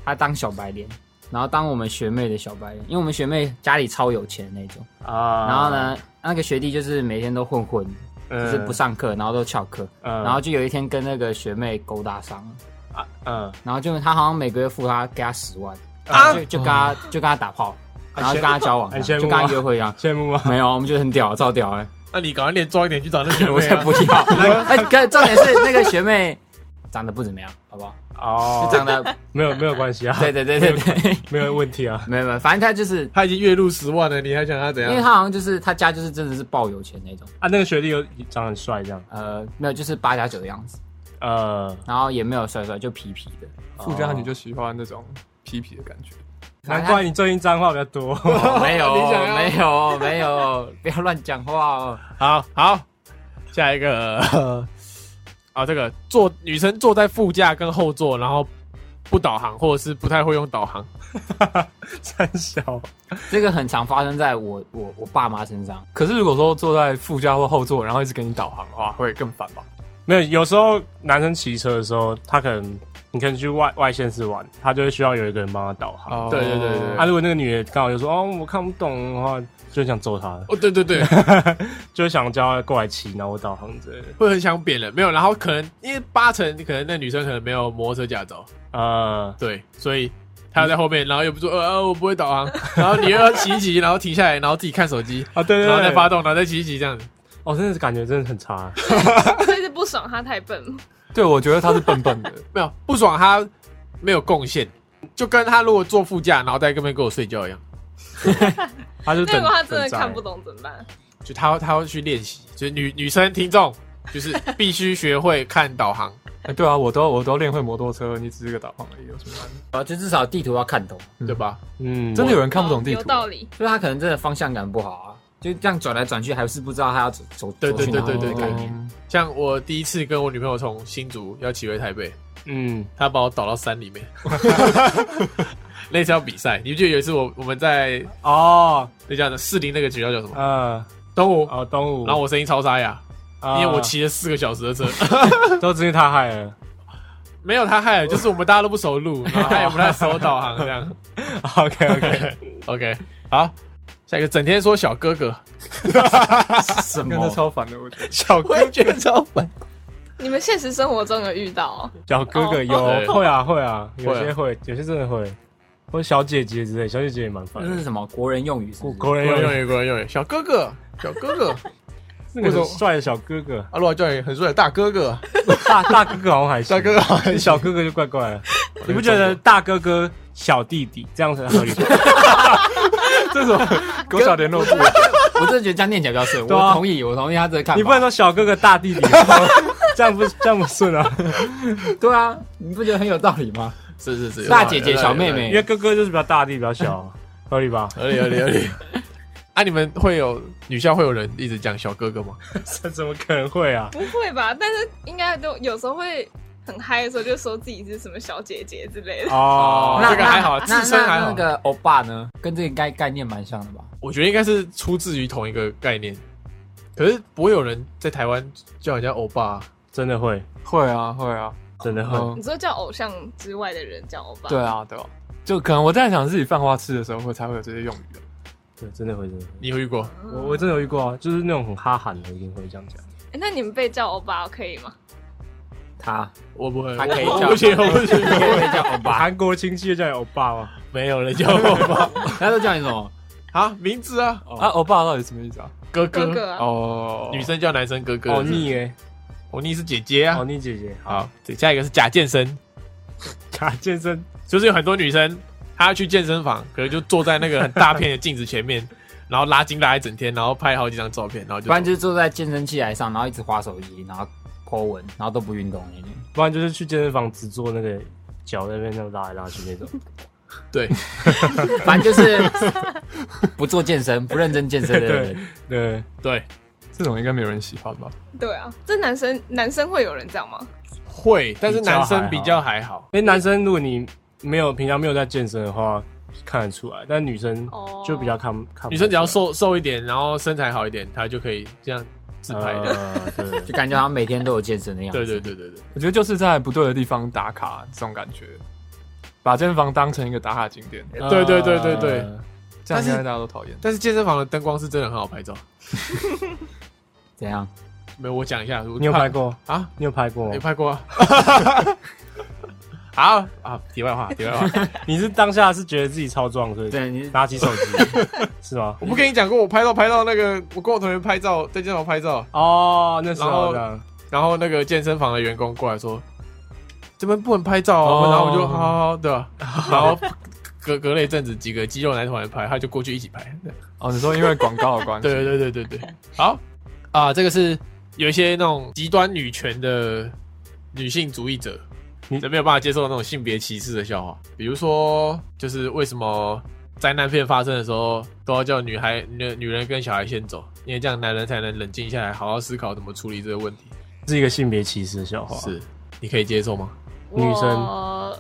Speaker 4: 他当小白脸，然后当我们学妹的小白脸，因为我们学妹家里超有钱那种，
Speaker 3: 啊？
Speaker 4: 然后呢，那个学弟就是每天都混混，
Speaker 3: 嗯，
Speaker 4: 就是不上课，然后都翘课，
Speaker 3: 嗯，
Speaker 4: 然后就有一天跟那个学妹勾搭上了，
Speaker 3: 嗯，
Speaker 4: 然后就他好像每个月付他给他十万，
Speaker 2: 啊
Speaker 4: 然后就就跟他就跟他打炮，然后就跟他交往，
Speaker 3: 很
Speaker 4: 就
Speaker 3: 羡慕
Speaker 4: 跟他
Speaker 3: 吗
Speaker 4: 约会 一样。
Speaker 3: 羡慕吗？
Speaker 4: 没有，我们觉得很屌，超屌哎、
Speaker 2: 那你赶快练壮一点去 找那学
Speaker 4: 我
Speaker 2: 妹
Speaker 4: 才
Speaker 2: 啊
Speaker 4: 不！要。 哎，可重点是那个学妹长得不怎么样，好不好？
Speaker 3: 哦
Speaker 4: 就，长得，
Speaker 3: 没有没有关系啊，
Speaker 4: 对对对对对，
Speaker 3: 没有问题啊。
Speaker 4: 没有没有，反正他就是，
Speaker 2: 他已经月入十万了，你还想他怎
Speaker 4: 因为
Speaker 2: 样？
Speaker 4: 他好像就是他家就是真的是爆有钱那种，
Speaker 3: 啊，那个学历有长很帅这样，
Speaker 4: 呃，没有就是八加九的样子，
Speaker 3: 呃，
Speaker 4: 然后也没有帅帅，就皮皮的。
Speaker 6: 富家女就喜欢那种痞痞的感觉。
Speaker 3: 难怪你最近脏话比较多。
Speaker 4: 哦没有
Speaker 2: 你想要
Speaker 4: 没有没有，不要乱讲话哦。
Speaker 2: 好好，下一个 啊，这个坐女生坐在副驾跟后座，然后不导航或者是不太会用导航。
Speaker 3: 三小，
Speaker 4: 这个很常发生在我我我爸妈身上，
Speaker 6: 可是如果说坐在副驾或后座，然后一直给你导航的话，会更烦吧？
Speaker 3: 没有，有时候男生骑车的时候，他可能你可能去外外县市玩，他就会需要有一个人帮他导航。
Speaker 6: 哦
Speaker 2: 对对对对
Speaker 3: 啊，如果那个女的刚好就说哦我看不懂的话，就想揍他，
Speaker 2: 哦，对对 对，
Speaker 3: 就想叫他过来骑，然后我导航之类的。
Speaker 2: 会很想扁人，没有，然后可能因为八成可能那女生可能没有摩托车驾照，
Speaker 3: 呃，
Speaker 2: 对，所以她在后面，然后又不说呃呃我不会导 航，然后你又要骑一骑，然后停下来，然后自己看手 机，
Speaker 3: 啊，对对
Speaker 2: 然后再
Speaker 3: 对，
Speaker 2: 发动，然后再骑一骑这样子。
Speaker 3: 哦，真的是感觉真的很差。
Speaker 5: 所以是不爽他太笨，
Speaker 6: 对，我觉得他是笨笨的，
Speaker 2: 没有不爽，他没有贡献，就跟他如果坐副驾，然后在那边跟我睡觉一样，
Speaker 3: 他就
Speaker 5: 那如
Speaker 3: 等
Speaker 5: 果他真的
Speaker 3: 等在
Speaker 5: 看不懂怎么办？
Speaker 2: 就他他会去练习，就是女女生听众 就是必须学会看导航，
Speaker 6: 哎，对啊，我都我都练会摩托车，你只是个导航而已，有什么难？
Speaker 4: 啊，就至少地图要看懂，
Speaker 2: 对吧？
Speaker 3: 嗯，
Speaker 6: 真的有人看不懂
Speaker 5: 哦
Speaker 6: 地图啊
Speaker 5: 有，道理。
Speaker 4: 就是他可能真的方向感不好啊，就这样转来转去，还是不知道他要走走
Speaker 2: 对
Speaker 4: 走去
Speaker 2: 对
Speaker 4: 哪
Speaker 2: 对对
Speaker 4: 的
Speaker 2: 对
Speaker 4: 概念。
Speaker 6: 嗯
Speaker 2: 像我第一次跟我女朋友从新竹要骑回台北，
Speaker 3: 嗯，
Speaker 2: 他把我导到山里面，那次要比赛，你不记得有一次我我们在
Speaker 3: 哦，
Speaker 2: 那叫什么士林那个学校叫什么
Speaker 3: 嗯，
Speaker 2: 东吴，
Speaker 3: 哦，东吴，
Speaker 2: 然后我声音超沙哑，因
Speaker 3: 啊
Speaker 2: 为我骑了四个小时的车，
Speaker 3: 都是因为他害了，
Speaker 2: 没有他害，就是我们大家都不熟路，然后他也不太熟导航这样。
Speaker 3: OK OK，
Speaker 2: OK，好，下一个整天说小哥哥，
Speaker 4: 什
Speaker 6: 真的
Speaker 4: 么？
Speaker 6: 超烦的，我觉得。
Speaker 2: 小哥哥超烦，
Speaker 5: 你们现实生活中有遇到哦？
Speaker 3: 小哥哥有
Speaker 2: 对
Speaker 3: 会啊会啊，有
Speaker 2: 会
Speaker 3: 些
Speaker 2: 啊
Speaker 3: 会，有些真的会，或者小姐姐之类，小姐姐也蛮烦
Speaker 4: 这是
Speaker 3: 的，
Speaker 4: 什么嗯国人用语是不
Speaker 3: 国
Speaker 4: 是？
Speaker 3: 国
Speaker 2: 有
Speaker 3: 人
Speaker 2: 有
Speaker 3: 有
Speaker 2: 有有有小哥哥，小哥哥，啊
Speaker 3: 那个很帅的小哥哥，
Speaker 2: 阿洛叫你很帅的大哥哥，
Speaker 3: 大大哥哥好像还行
Speaker 2: 大哥，哥好 像
Speaker 3: 小哥哥就怪怪了，你不觉得大哥哥小弟弟这样才合理？
Speaker 6: 这种狗小联络部，
Speaker 4: 我真的觉得这样念起来比较顺。
Speaker 3: 对啊
Speaker 4: 我同意，我同意他这个看法。
Speaker 3: 你不能说小哥哥大弟 弟，然后这样不这样不顺啊？
Speaker 4: 对啊，你不觉得很有道理吗？
Speaker 2: 是是是，有
Speaker 4: 大姐姐、
Speaker 2: 有
Speaker 4: 小妹
Speaker 3: 因为
Speaker 4: 妹，
Speaker 3: 哥哥就是比较大弟，比较小，啊合理吧？
Speaker 2: 合理合理合理。哎啊，你们会有女校会有人一直讲小哥哥吗？
Speaker 3: 这怎么可能会啊？
Speaker 5: 不会吧？但是应该都有时候会很嗨的时候，就说自己是什么小姐姐之类的。
Speaker 3: 哦，
Speaker 2: 这个还好
Speaker 4: 那
Speaker 2: 自身还好
Speaker 4: 那那个欧巴呢，跟这个概概念蛮像的吧？
Speaker 2: 我觉得应该是出自于同一个概念，可是不会有人在台湾叫人家欧巴、啊。
Speaker 3: 真的会，
Speaker 6: 会啊会啊，
Speaker 3: 真的会。
Speaker 6: 嗯
Speaker 5: 你，说叫偶像之外的人叫欧巴，
Speaker 6: 对，啊对啊，就可能我在想自己犯花痴的时候会才会有这些用语的。
Speaker 3: 对，真的会，真的会。
Speaker 2: 你有遇过？
Speaker 3: 我我真的有遇过啊，就是那种很哈韩的，一定会这样讲。
Speaker 5: 诶那你们被叫欧巴可以吗？
Speaker 4: 他
Speaker 2: 我不会，
Speaker 4: 他可以
Speaker 2: 我
Speaker 4: 叫
Speaker 2: 不行，我不行，
Speaker 4: 可以叫 欧
Speaker 3: 把
Speaker 4: 巴，
Speaker 3: 韩国亲戚就叫你欧巴吗？
Speaker 2: 没有人叫欧 巴
Speaker 4: 他都叫你什么？
Speaker 2: 啊，名字啊，
Speaker 6: 啊，欧巴到底什么意思啊？
Speaker 2: 哥
Speaker 5: 哥
Speaker 2: 哥，
Speaker 5: 哥啊，
Speaker 6: 哦，
Speaker 2: 女生叫男生哥哥，
Speaker 3: 欧尼哎，
Speaker 2: 欧尼是姐姐啊
Speaker 3: 欧。尼姐姐，好，
Speaker 2: 好，对，下一个是假健身，
Speaker 3: 假健身，
Speaker 2: 就是有很多女生她要去健身房，可能就坐在那个很大片的镜子前面， 然后拉筋拉一整天，然后拍好几张照片，然后就
Speaker 4: 不然就是坐在健身器材上，然后一直划手机，然后 po 文，然后都不运动那种。
Speaker 3: 不然就是去健身房只做那个脚在那边这样拉来拉去那种。
Speaker 2: 对，
Speaker 4: 反正就是 不做健身、不认真健身的人，
Speaker 3: 对，
Speaker 2: 对，
Speaker 6: 这种应该没有人喜欢吧？
Speaker 5: 对啊，这男生男生会有人这样吗？
Speaker 2: 会，但是
Speaker 3: 比较
Speaker 2: 男生
Speaker 3: 还
Speaker 2: 比
Speaker 3: 好
Speaker 2: 较还好。
Speaker 3: 因为哎男生如果你没有平常没有在健身的话，看得出来，但女生
Speaker 5: 哦
Speaker 3: 就比较看看不出来。
Speaker 2: 女生只要瘦瘦一点，然后身材好一点，她就可以这样自拍的。
Speaker 3: 呃，对，
Speaker 4: 就感觉好像每天都有健身的样子。
Speaker 2: 对对对对对，
Speaker 6: 我觉得就是在不对的地方打卡这种感觉，把健身房当成一个打卡景点，
Speaker 2: 对对对对对
Speaker 3: 呃
Speaker 6: 这
Speaker 2: 但
Speaker 6: 样应该
Speaker 2: 是
Speaker 6: 大家都讨厌。
Speaker 2: 但是健身房的灯光是真的很好拍照。
Speaker 4: 怎样？
Speaker 2: 没有，我讲一下，我
Speaker 3: 你有
Speaker 2: 怕
Speaker 3: 拍过？哦
Speaker 2: 啊？
Speaker 3: 你有拍过吗
Speaker 2: 有？拍过啊？ 好啊，题外话，题外话，
Speaker 3: 你是当下是觉得自己超壮，所以
Speaker 4: 对，你
Speaker 3: 拿起手 机是吗
Speaker 2: 我？不跟你讲过，我拍照拍到那个，我跟我同学拍照，在健身房拍照，
Speaker 3: 哦，那时
Speaker 2: 然
Speaker 3: 候
Speaker 2: 后
Speaker 3: 的
Speaker 2: 然后那个健身房的员工过来说，这边不能拍照哦，
Speaker 6: 哦
Speaker 2: 然后我就好好好对啊，然后隔隔了一阵子，几个肌肉男团来拍，他就过去一起拍，对
Speaker 6: 哦，你说因为广告 的关系，
Speaker 2: 对对对对对对，好啊，这个是有一些那种极端女权的女性主义者，
Speaker 3: 你
Speaker 2: 这没有办法接受那种性别歧视的笑话，比如说就是为什么灾难片发生的时候都要叫女孩、女女人跟小孩先走，因为这样男人才能冷静下来，好好思考怎么处理这个问题。
Speaker 3: 是一个性别歧视的笑话。
Speaker 2: 是，你可以接受吗？
Speaker 3: 女生
Speaker 5: 我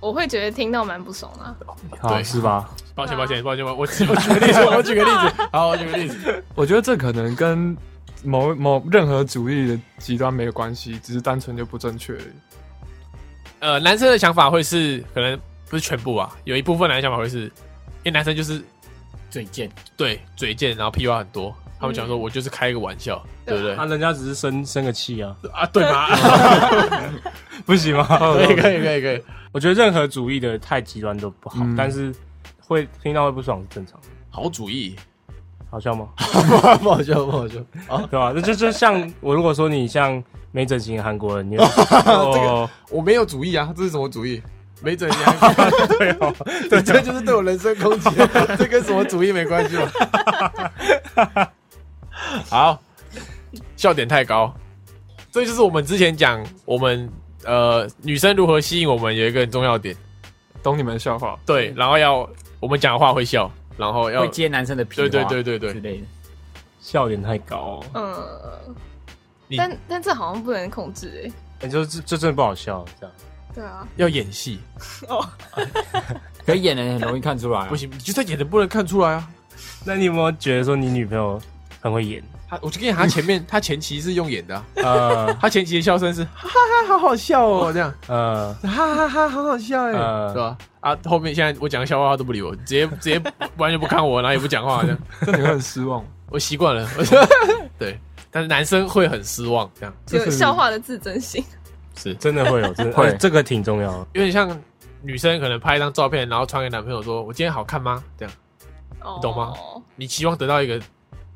Speaker 5: 我会觉得听到蛮不爽的啊、
Speaker 3: 好
Speaker 2: 对
Speaker 3: 是吧？
Speaker 2: 抱歉，抱歉，抱歉，抱歉，我举我举个例子，我举个例子，好，我举个例子，
Speaker 6: 我觉得这可能跟某某任何主义的极端没有关系，只是单纯就不正确而已。
Speaker 2: 呃，男生的想法会是可能不是全部啊，有一部分男生想法会是，因为男生就是
Speaker 4: 嘴贱，
Speaker 2: 对嘴贱，然后屁话很多，他们讲说
Speaker 5: 嗯
Speaker 2: 我就是开一个玩笑，对
Speaker 5: 对
Speaker 2: 不
Speaker 5: 啊
Speaker 2: 对？
Speaker 3: 啊，人家只是生生个 气啊，
Speaker 2: 啊，对吗？
Speaker 3: 不行吗？
Speaker 2: 可以，可以，可以，可以。
Speaker 3: 我觉得任何主义的太极端都不好，
Speaker 6: 嗯
Speaker 3: 但是会听到会不爽是正常的。
Speaker 2: 好主意，
Speaker 3: 好笑吗？
Speaker 2: 不好笑，不好笑。
Speaker 3: 对吧、那就就像我如果 说你像没整形的韩国人，你会哦，
Speaker 2: 我没有主意啊，这是什么主意？没准你还
Speaker 3: 对哦，
Speaker 2: 对，这就是对我人身攻击，啊 这跟什么主义没关系吧？ 好，笑点太高，这就是我们之前讲我们呃女生如何吸引我们有一个很重要点，
Speaker 6: 懂你们的笑话。
Speaker 2: 对，然后要我们讲嗯话会笑，然后要
Speaker 4: 会接男生的屁话，
Speaker 2: 对对对对
Speaker 4: 之
Speaker 2: 对，
Speaker 4: 类的。
Speaker 3: 笑点太高、哦，
Speaker 5: 嗯，
Speaker 2: 你
Speaker 5: 但但这好像不能控制哎。
Speaker 3: 欸、就这这真的不好笑，这样
Speaker 5: 对啊，
Speaker 2: 要演戏，
Speaker 5: 哦，
Speaker 4: 可演的很容易看出来啊、
Speaker 2: 不行，你就算演的不能看出来啊。
Speaker 3: 那你有没有觉得说你女朋友很会演？
Speaker 2: 他，我就跟你讲，他前 面他前期是用演的啊、
Speaker 3: 呃
Speaker 2: 他前期的笑声是哈哈哈，好好笑哦，这样
Speaker 3: 呃，
Speaker 2: 哈哈哈，好 好笑
Speaker 6: 呃
Speaker 2: 哎、
Speaker 3: 嗯
Speaker 2: 是吧？啊，后面现在我讲个笑话，他都不理我，直接直接完全不看我，然后也不讲话，这 样
Speaker 6: 这你会很失望。
Speaker 2: 我习惯了。我对，但是男生会很失望，这样
Speaker 5: 就
Speaker 3: 这是
Speaker 5: 笑话的自尊心。
Speaker 2: 是
Speaker 3: 真的会有，真的
Speaker 4: 会
Speaker 3: 呃这个挺重要的。
Speaker 2: 有点像女生可能拍一张照片，然后传给男朋友说：“我今天好看吗？”这样，
Speaker 5: 哦，
Speaker 2: 懂吗？你希望得到一个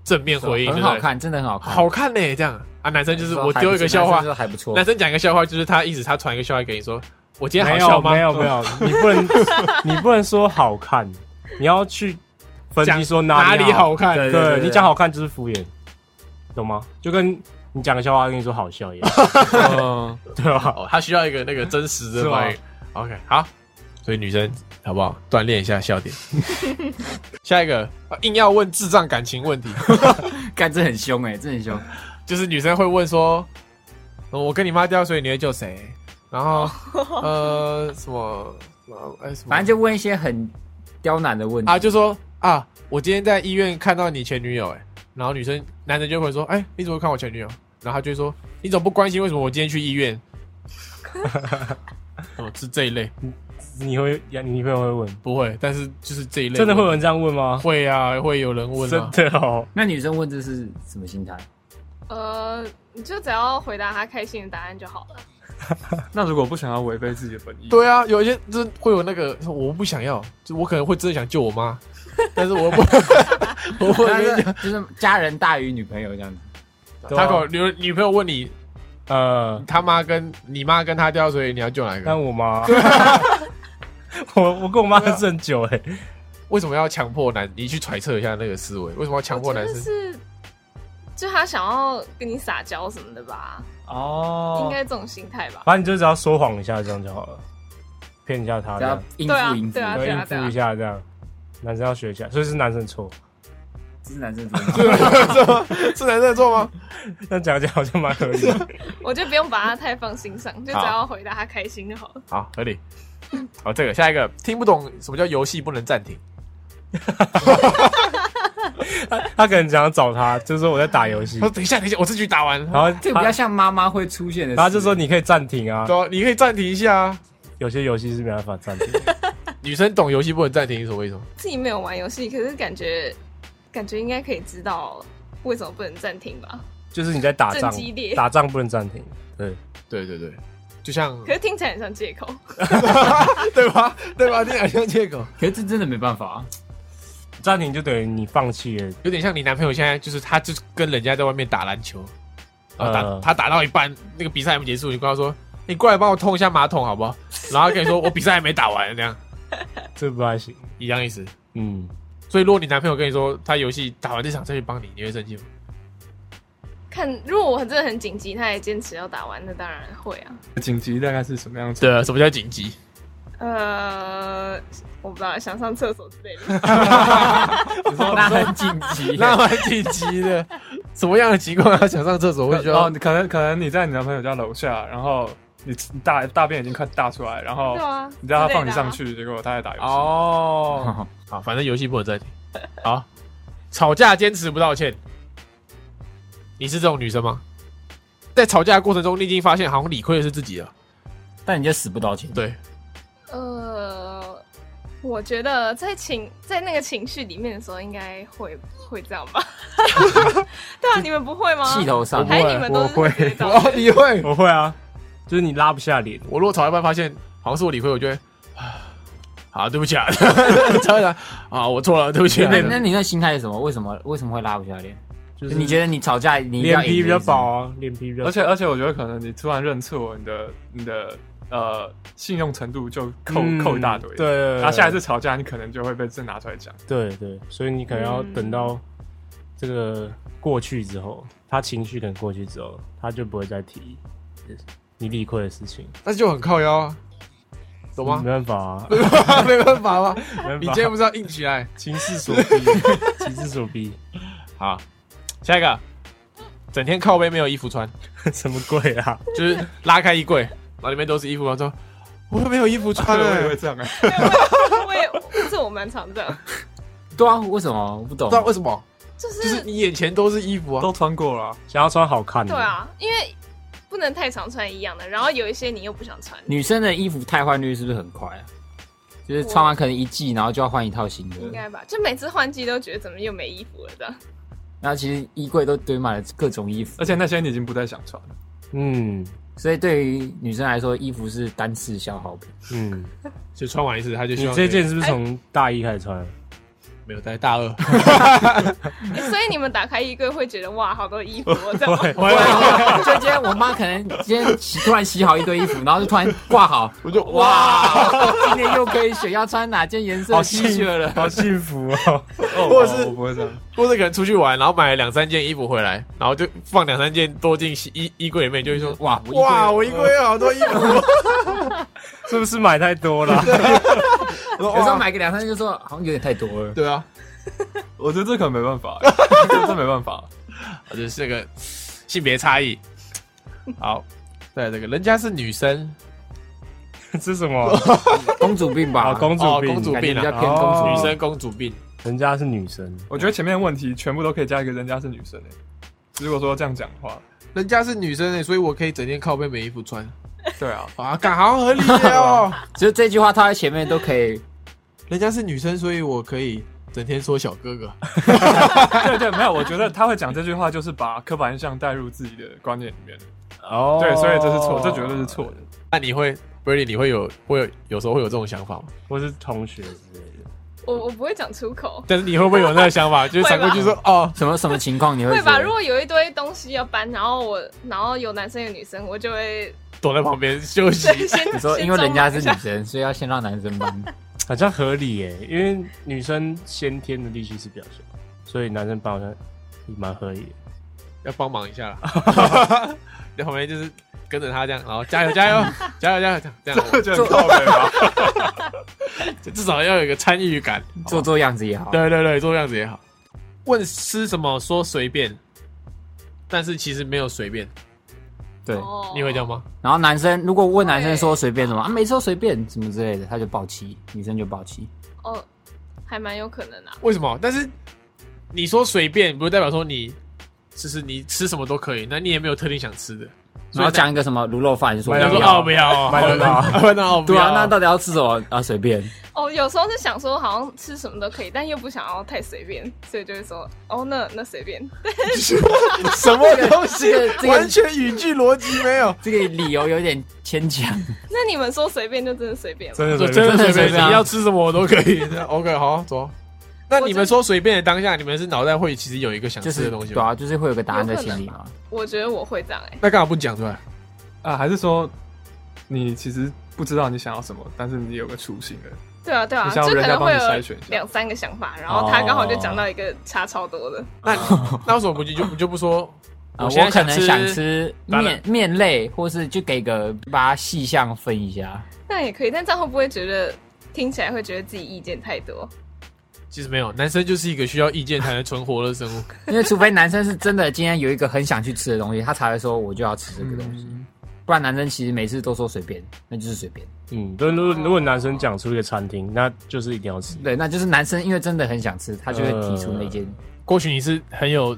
Speaker 2: 正面回应，
Speaker 4: 啊很
Speaker 2: 对不对
Speaker 4: 好，看，真的很好看。
Speaker 2: 好看呢、这样啊，男生就是我丢一个笑
Speaker 4: 男
Speaker 2: 话
Speaker 4: 生，说还不错，
Speaker 2: 男生讲一个笑话，就是他一直他传一个笑话给你说：“我今天好
Speaker 3: 没
Speaker 2: 笑
Speaker 3: 有
Speaker 2: 吗？”
Speaker 3: 没有没有，你不能你不能说好看，你要去分析
Speaker 2: 讲
Speaker 3: 说
Speaker 2: 哪
Speaker 3: 里
Speaker 2: 里好看？
Speaker 4: 对
Speaker 3: 对你讲好看就是敷衍，懂吗？就跟你讲个笑话跟你说好笑一样，
Speaker 6: 嗯，
Speaker 3: 对吧？
Speaker 2: 哦，他需要一个那个真实的
Speaker 3: 是吗
Speaker 2: 反应。OK，好，所以女生好不好锻炼一下笑点？下一个啊硬要问智障感情问 题，
Speaker 4: 干这很凶哎、这很凶。
Speaker 2: 就是女生会问说：“呃我跟你妈掉水，你会救谁？”然后呃什么呃哎什么，
Speaker 4: 反正就问一些很刁难的问题。
Speaker 2: 啊就说啊，我今天在医院看到你前女友哎、然后女生男生就会说：“哎、你怎么看我前女友？”然后他就会说：“你怎么不关心为什么我今天去医 院？”哦，是这一类，
Speaker 3: 你会你女朋友会问，
Speaker 2: 不会，但是就是这一类
Speaker 3: 真的会
Speaker 2: 问
Speaker 3: 有
Speaker 2: 题
Speaker 3: 人这样问吗？
Speaker 2: 会啊，会有人问啊
Speaker 3: 真。的哦，
Speaker 4: 那女生问这是什么心态？
Speaker 5: 呃，你就只要回答他开心的答案就好了。
Speaker 6: 那如果不想要违背自己的本意，
Speaker 2: 对啊，有一些就是会有那个，我不想要，就我可能会真的想救我妈，但是我 不，我不
Speaker 4: 那
Speaker 2: 跟
Speaker 4: 是
Speaker 2: 你讲，
Speaker 4: 就是家人大于女朋友这样子。
Speaker 3: 对啊
Speaker 2: 他跟我女女朋友问你，
Speaker 3: 呃，
Speaker 2: 他妈跟你妈跟他掉水，你要救哪一
Speaker 3: 但
Speaker 2: 个？
Speaker 3: 我妈，我我跟我妈认识很久哎、
Speaker 2: 为什么要强迫男？你去揣测一下那个思维，为什么要强迫
Speaker 5: 我觉
Speaker 2: 男
Speaker 5: 得
Speaker 2: 生？
Speaker 5: 是，就他想要跟你撒娇什么的吧，
Speaker 4: 啊
Speaker 5: 应
Speaker 6: 哦，
Speaker 5: 该这种心态吧。
Speaker 3: 反正你就只要说谎一下这样就好了，骗一下她
Speaker 4: 只
Speaker 3: 这
Speaker 4: 要
Speaker 3: 样，
Speaker 4: 应
Speaker 5: 对啊
Speaker 4: 付应付，
Speaker 5: 对啊
Speaker 3: 对，应付一下这样。男生要学一下，所以是男生错。
Speaker 4: 这是男生真的。
Speaker 2: 是男生的错吗？
Speaker 3: 那讲讲好像蛮合理的。
Speaker 5: 我就不用把他太放心上，就只要回答他开心就好了。
Speaker 2: 好，合理。好，这个下一个听不懂什么叫游戏不能暂停，
Speaker 3: 他可能想要找他，就是说我在打游戏
Speaker 2: 他，说等一下，等一下，我这局打完，
Speaker 3: 然后
Speaker 2: 啊
Speaker 4: 这个比较
Speaker 3: 他
Speaker 4: 像妈妈会出现的事，
Speaker 3: 然后就说你可以暂停啊，
Speaker 2: 对啊，你可以暂停一下啊。
Speaker 3: 有些游戏是没办法暂停的。
Speaker 2: 女生懂游戏不能暂停是什么意思吗？
Speaker 5: 自己没有玩游戏，可是感觉感觉应该可以知道为什么不能暂停吧？
Speaker 6: 嗯
Speaker 3: 就是你在打仗
Speaker 5: 正激烈，
Speaker 3: 打仗不能暂停。对，
Speaker 2: 对对对，就像
Speaker 5: 可是听起来很像借口。
Speaker 2: 对吧？对吧？你好像借口，
Speaker 4: 可是这真的没办法、啊。
Speaker 3: 暂停就等于你放弃了，
Speaker 2: 有点像你男朋友现在就是他，就是跟人家在外面打篮球，然后打、
Speaker 3: 呃
Speaker 2: 他打到一半，那个比赛还没结束，你跟他说：“你过来帮我通一下马桶好不好？”然后他跟你说：“我比赛还没打完。”这样
Speaker 3: 这不太行。
Speaker 2: 一样意思。
Speaker 3: 嗯，
Speaker 2: 所以如果你男朋友跟你说他游戏打完这场再去帮你，你会生气吗？
Speaker 5: 看，如果我真的很紧急，他也坚持要打完，那当然会啊。
Speaker 6: 紧急大概是什么样子？
Speaker 2: 对，什么叫紧急？
Speaker 5: 呃，我不知道，想上厕所之类的。
Speaker 4: 那很紧急，
Speaker 2: 那蛮紧急的， 什么样的情况他想上厕所会需
Speaker 6: 哦，
Speaker 2: 要？
Speaker 6: 你可能可能你在你男朋友家楼下，然后你你大大便已经快大出来，然后
Speaker 5: 对啊，
Speaker 6: 哦你叫他放你
Speaker 5: 之类的啊
Speaker 6: 上。去，结果他在打游戏。
Speaker 2: 哦，好，反正游戏不能暂停。好，吵架坚持不道歉，你是这种女生吗？在吵架的过程中，你已经发现好像理亏的是自己了。
Speaker 4: 但你就死不道歉。
Speaker 2: 对，
Speaker 5: 呃，我觉得在情在那个情绪里面的时候，应该会会这样吧？对啊，你们不会吗？
Speaker 4: 气头上，
Speaker 5: 还是哎你们都是
Speaker 6: 我会
Speaker 5: 直接道
Speaker 2: 哦，
Speaker 5: 歉
Speaker 2: 你会？
Speaker 4: 嗯
Speaker 3: 我会啊，就是你拉不下脸，
Speaker 2: 我如果吵到一半发现好像是我理亏，我就会，啊好，对不起啊，吵一吵啊，我错了，对不起啊。
Speaker 4: 那那你那心态是什么？为什么为什么会拉不下脸？
Speaker 3: 就是
Speaker 4: 你觉得你吵架，你一定
Speaker 3: 脸
Speaker 4: 要
Speaker 3: 皮比较
Speaker 4: 赢的意思吗
Speaker 3: 薄啊，脸皮比较薄。
Speaker 6: 而且而且，我觉得可能你突然认错你的你的呃信用程度就扣、
Speaker 3: 嗯
Speaker 6: 扣一大堆。
Speaker 3: 对，对，
Speaker 6: 然
Speaker 4: 啊
Speaker 6: 后下一次吵架，你可能就会被这拿出来讲。
Speaker 3: 对对，所以你可能要等到这个过去之后，他情绪可能过去之后，他就不会再提你理亏的事情，
Speaker 1: 那就很靠腰啊，懂吗
Speaker 3: 没？办法、 啊，
Speaker 1: 没办法吗？
Speaker 3: 没办
Speaker 1: 你
Speaker 3: 法啊
Speaker 1: 今天不是要硬起来？
Speaker 3: 情势所逼，情势所逼，
Speaker 2: 好，下一个，整天靠背没有衣服穿，
Speaker 3: 什么鬼啊？
Speaker 2: 就是拉开衣柜，然后里面都是衣服，然后说我没有衣服穿欸
Speaker 6: 对，
Speaker 1: 啊
Speaker 6: 我也
Speaker 2: 了
Speaker 6: 会。这样哎、
Speaker 5: 我也这我蛮常的，
Speaker 4: 对啊，为什么我不懂
Speaker 1: 不知？道为什么，
Speaker 5: 就
Speaker 2: 就是
Speaker 5: 是
Speaker 2: 你眼前都是衣服啊，
Speaker 6: 都穿过了啊、
Speaker 3: 想要穿好看的，
Speaker 5: 对，啊，因为不能太常穿一样的，然后有一些你又不想穿。
Speaker 4: 女生的衣服汰换率是不是很快啊？就是穿完可能一季，然后就要换一套新
Speaker 5: 应
Speaker 4: 的。
Speaker 5: 该吧，就每次换季都觉得怎么又没衣服了的，
Speaker 4: 然后其实衣柜都堆满了各种衣服，
Speaker 6: 而且那些你已经不再想穿了。
Speaker 3: 嗯
Speaker 4: 所以对于女生来说，衣服是单次消耗品。
Speaker 3: 嗯，
Speaker 2: 就穿完一次他就
Speaker 3: 你
Speaker 2: 希望
Speaker 3: 这件是不是从大一开始穿？
Speaker 2: 没有带大二，
Speaker 5: 欸所以你们打开衣柜会觉得哇，好多衣服哦，这样吗
Speaker 3: 哎
Speaker 4: 就今天我妈可能今天洗突然洗好一堆衣服，然后就突然挂好，
Speaker 1: 我就哇，
Speaker 4: 哇，今天又可以选要穿哪件颜色
Speaker 3: 好
Speaker 4: 的
Speaker 3: 幸
Speaker 4: T 恤了。
Speaker 3: 好幸福哦！
Speaker 6: 哦
Speaker 1: 或者是
Speaker 6: 我不会这样，
Speaker 2: 或者可能出去玩，然后买了两三件衣服回来，然后就放两三件多进洗衣衣柜里面，就会说
Speaker 4: 哇，我衣柜
Speaker 1: 嗯哇，我衣
Speaker 2: 啊
Speaker 1: 柜啊有好多衣服，
Speaker 3: 是不是买太多 了？
Speaker 4: 有时候买个两三件就说好像有点太多了。
Speaker 1: 对啊，
Speaker 6: 我觉得这可能没办 法、欸，这这没办法。
Speaker 2: 啊这是个性别差异。好，对这个人家是女生，
Speaker 3: 这是什么？
Speaker 4: 公主病吧，
Speaker 3: 啊，哦公主
Speaker 2: 哦
Speaker 3: 病，
Speaker 2: 公主
Speaker 4: 感觉
Speaker 2: 病
Speaker 4: 比
Speaker 2: 啊
Speaker 4: 较偏公主
Speaker 3: 哦
Speaker 2: 女生公主病，
Speaker 3: 人家是女生，
Speaker 6: 我觉得前面的问题全部都可以加一个人家是女生哎、如果说这样讲的话，
Speaker 1: 人家是女生欸所以我可以整天靠背没衣服穿
Speaker 6: 对啊，
Speaker 1: 啊，感好合理 哦。
Speaker 4: 就这句话套在前面都可以，
Speaker 1: 人家是女生，所以我可以整天说小哥哥。
Speaker 6: 对对，没有，我觉得他会讲这句话，就是把刻板印象带入自己的观念里面。
Speaker 3: 哦
Speaker 6: 对，所以这是错，这绝对是错的。
Speaker 2: 那你会 Brady，你会有会有有时候会有这种想法吗？
Speaker 3: 或是同学之类的。
Speaker 5: 我我不会讲出口，
Speaker 2: 但是你会不会有那个想 法，就是
Speaker 5: 会
Speaker 2: 闪过
Speaker 5: 吧
Speaker 2: 去说哦，
Speaker 4: 什么什么情况你会
Speaker 5: 会
Speaker 4: 觉
Speaker 5: 吧？
Speaker 4: 得
Speaker 5: 如果有一堆东西要搬，然后我然后有男生有女生，我就会
Speaker 2: 躲在旁边休息
Speaker 5: 所。以先
Speaker 4: 你说
Speaker 5: 先
Speaker 4: 因为人家是
Speaker 5: 装
Speaker 4: 女生，所以要先让男生帮。
Speaker 3: 好像合理耶，因为女生先天的力气是比较小，所以男生帮好像也蛮合理的。
Speaker 2: 要帮忙一下 啦，在旁边就是跟着他这样，然后加油 加油加油加油这样这样，
Speaker 6: 这就很靠背吧？
Speaker 2: 就至少要有一个参与感。
Speaker 4: 做做样子也好。
Speaker 2: 对对对，做这样子也好。问吃什么说随便，但是其实没有随便，
Speaker 4: 对
Speaker 5: 嘛哦
Speaker 2: 你会这样吗？
Speaker 4: 然后男生如果问男生说随便什么啊，没说随便什么之类的，他就爆气，女生就爆气。
Speaker 5: 哦，还蛮有可能啊。
Speaker 2: 为什么？但是你说随便，不是代表说你就是你吃什么都可以，那你也没有特定想吃的。
Speaker 4: 然后讲一个什么卤肉饭，说
Speaker 3: 麦
Speaker 2: 他
Speaker 3: 当
Speaker 2: 说
Speaker 3: 劳
Speaker 2: 哦不要 哦，
Speaker 3: 麦当劳
Speaker 2: 麦当劳不
Speaker 4: 对
Speaker 2: 要
Speaker 4: 啊，那到底要吃什么啊？随便。
Speaker 5: 哦，有时候是想说好像吃什么都可以，但又不想要太随便，所以就会说哦，那那随便。
Speaker 1: 什么东西
Speaker 4: 这个这？个
Speaker 1: 完全语句逻辑没有。
Speaker 4: 这个理由有点牵强，
Speaker 5: 那你们说随便就真的随便吗？
Speaker 3: 真的
Speaker 2: 说
Speaker 3: 随
Speaker 2: 真的
Speaker 3: 便
Speaker 2: 随
Speaker 4: 真的随
Speaker 2: 便，
Speaker 4: 便啊
Speaker 2: 你要吃什么我都可以。这样 OK，好走。那你
Speaker 5: 我真
Speaker 2: 们说随便的当下，你们是脑袋会其实有一个想
Speaker 4: 就
Speaker 2: 吃
Speaker 4: 是
Speaker 2: 的东西
Speaker 4: 对
Speaker 2: 吗？
Speaker 4: 啊，就是会有个答案在心里嘛。
Speaker 5: 我觉得我会这样哎、
Speaker 2: 那干嘛不讲出来？
Speaker 6: 啊，还是说你其实不知道你想要什么，但是你有个雏形了。
Speaker 5: 对啊对啊，
Speaker 6: 你想
Speaker 5: 就
Speaker 6: 要
Speaker 5: 可
Speaker 6: 人家
Speaker 5: 能
Speaker 6: 帮
Speaker 5: 会
Speaker 6: 你筛
Speaker 5: 有
Speaker 6: 选一下
Speaker 5: 两。三个想法，然
Speaker 4: 哦
Speaker 5: 后他刚好就讲到一个差超多的。
Speaker 2: 那那为什么不就就就不说？
Speaker 4: 啊，
Speaker 2: 现
Speaker 4: 我
Speaker 2: 在
Speaker 4: 可能想
Speaker 2: 吃，
Speaker 4: 吃
Speaker 2: 当然
Speaker 4: 面面类，或是就给个把它细项分一下。
Speaker 5: 那也可以，但这样会不会觉得听起来会觉得自己意见太多？
Speaker 2: 其实没有，男生就是一个需要意见才能存活的生物。
Speaker 4: 因为除非男生是真的今天有一个很想去吃的东西，他才会说我就要吃这个东西，不然男生其实每次都说随便，那就是随便。
Speaker 3: 嗯，对，如果如果男生讲出一个餐厅，那就是一定要吃。
Speaker 4: 对，那就是男生因为真的很想吃，他就会提出那件。
Speaker 2: 郭许，你是很有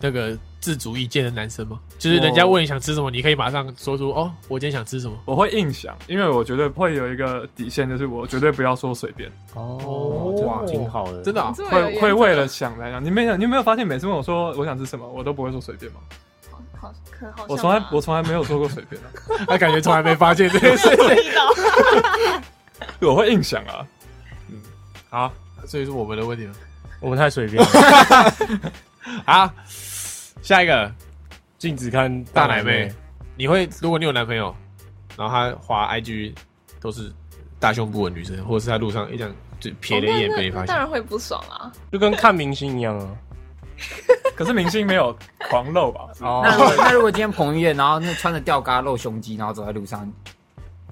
Speaker 2: 那个自主意见的男生吗？就是人家问你想吃什么，你可以马上说出哦，我今天想吃什么。
Speaker 6: 我会硬想，因为我觉得会有一个底线，就是我绝对不要说随便，
Speaker 3: 哦，哇，挺好的，
Speaker 1: 真的啊
Speaker 5: 这么有
Speaker 6: 会
Speaker 5: 原
Speaker 6: 会
Speaker 5: 则
Speaker 6: 为了想来讲。你没有你有没有发现，每次问我说我想吃什么，我都不会说随便吗？
Speaker 5: 好好可好像吧啊
Speaker 6: 我从来我从来没有说过随便啊，
Speaker 2: 他感觉从来没发现这件事，
Speaker 6: 我会硬想啊。
Speaker 3: 好，
Speaker 2: 所以是我们的问题了。
Speaker 3: 我们太随 便了，
Speaker 2: 好，下一个
Speaker 3: 禁止看
Speaker 2: 大
Speaker 3: 奶
Speaker 2: 奶妹，，你会如果你有男朋友，然后她滑 IG 都是大胸部的女生，或者是在路上一这样就瞥了一眼
Speaker 5: 哦那
Speaker 2: 被你发现
Speaker 5: 那当，然会不爽啊！
Speaker 3: 就跟看明星一样啊。
Speaker 6: 可是明星没有狂露吧？是
Speaker 4: 那如果那如果今天彭于晏，然后那穿着吊嘎露胸肌，然后走在路上，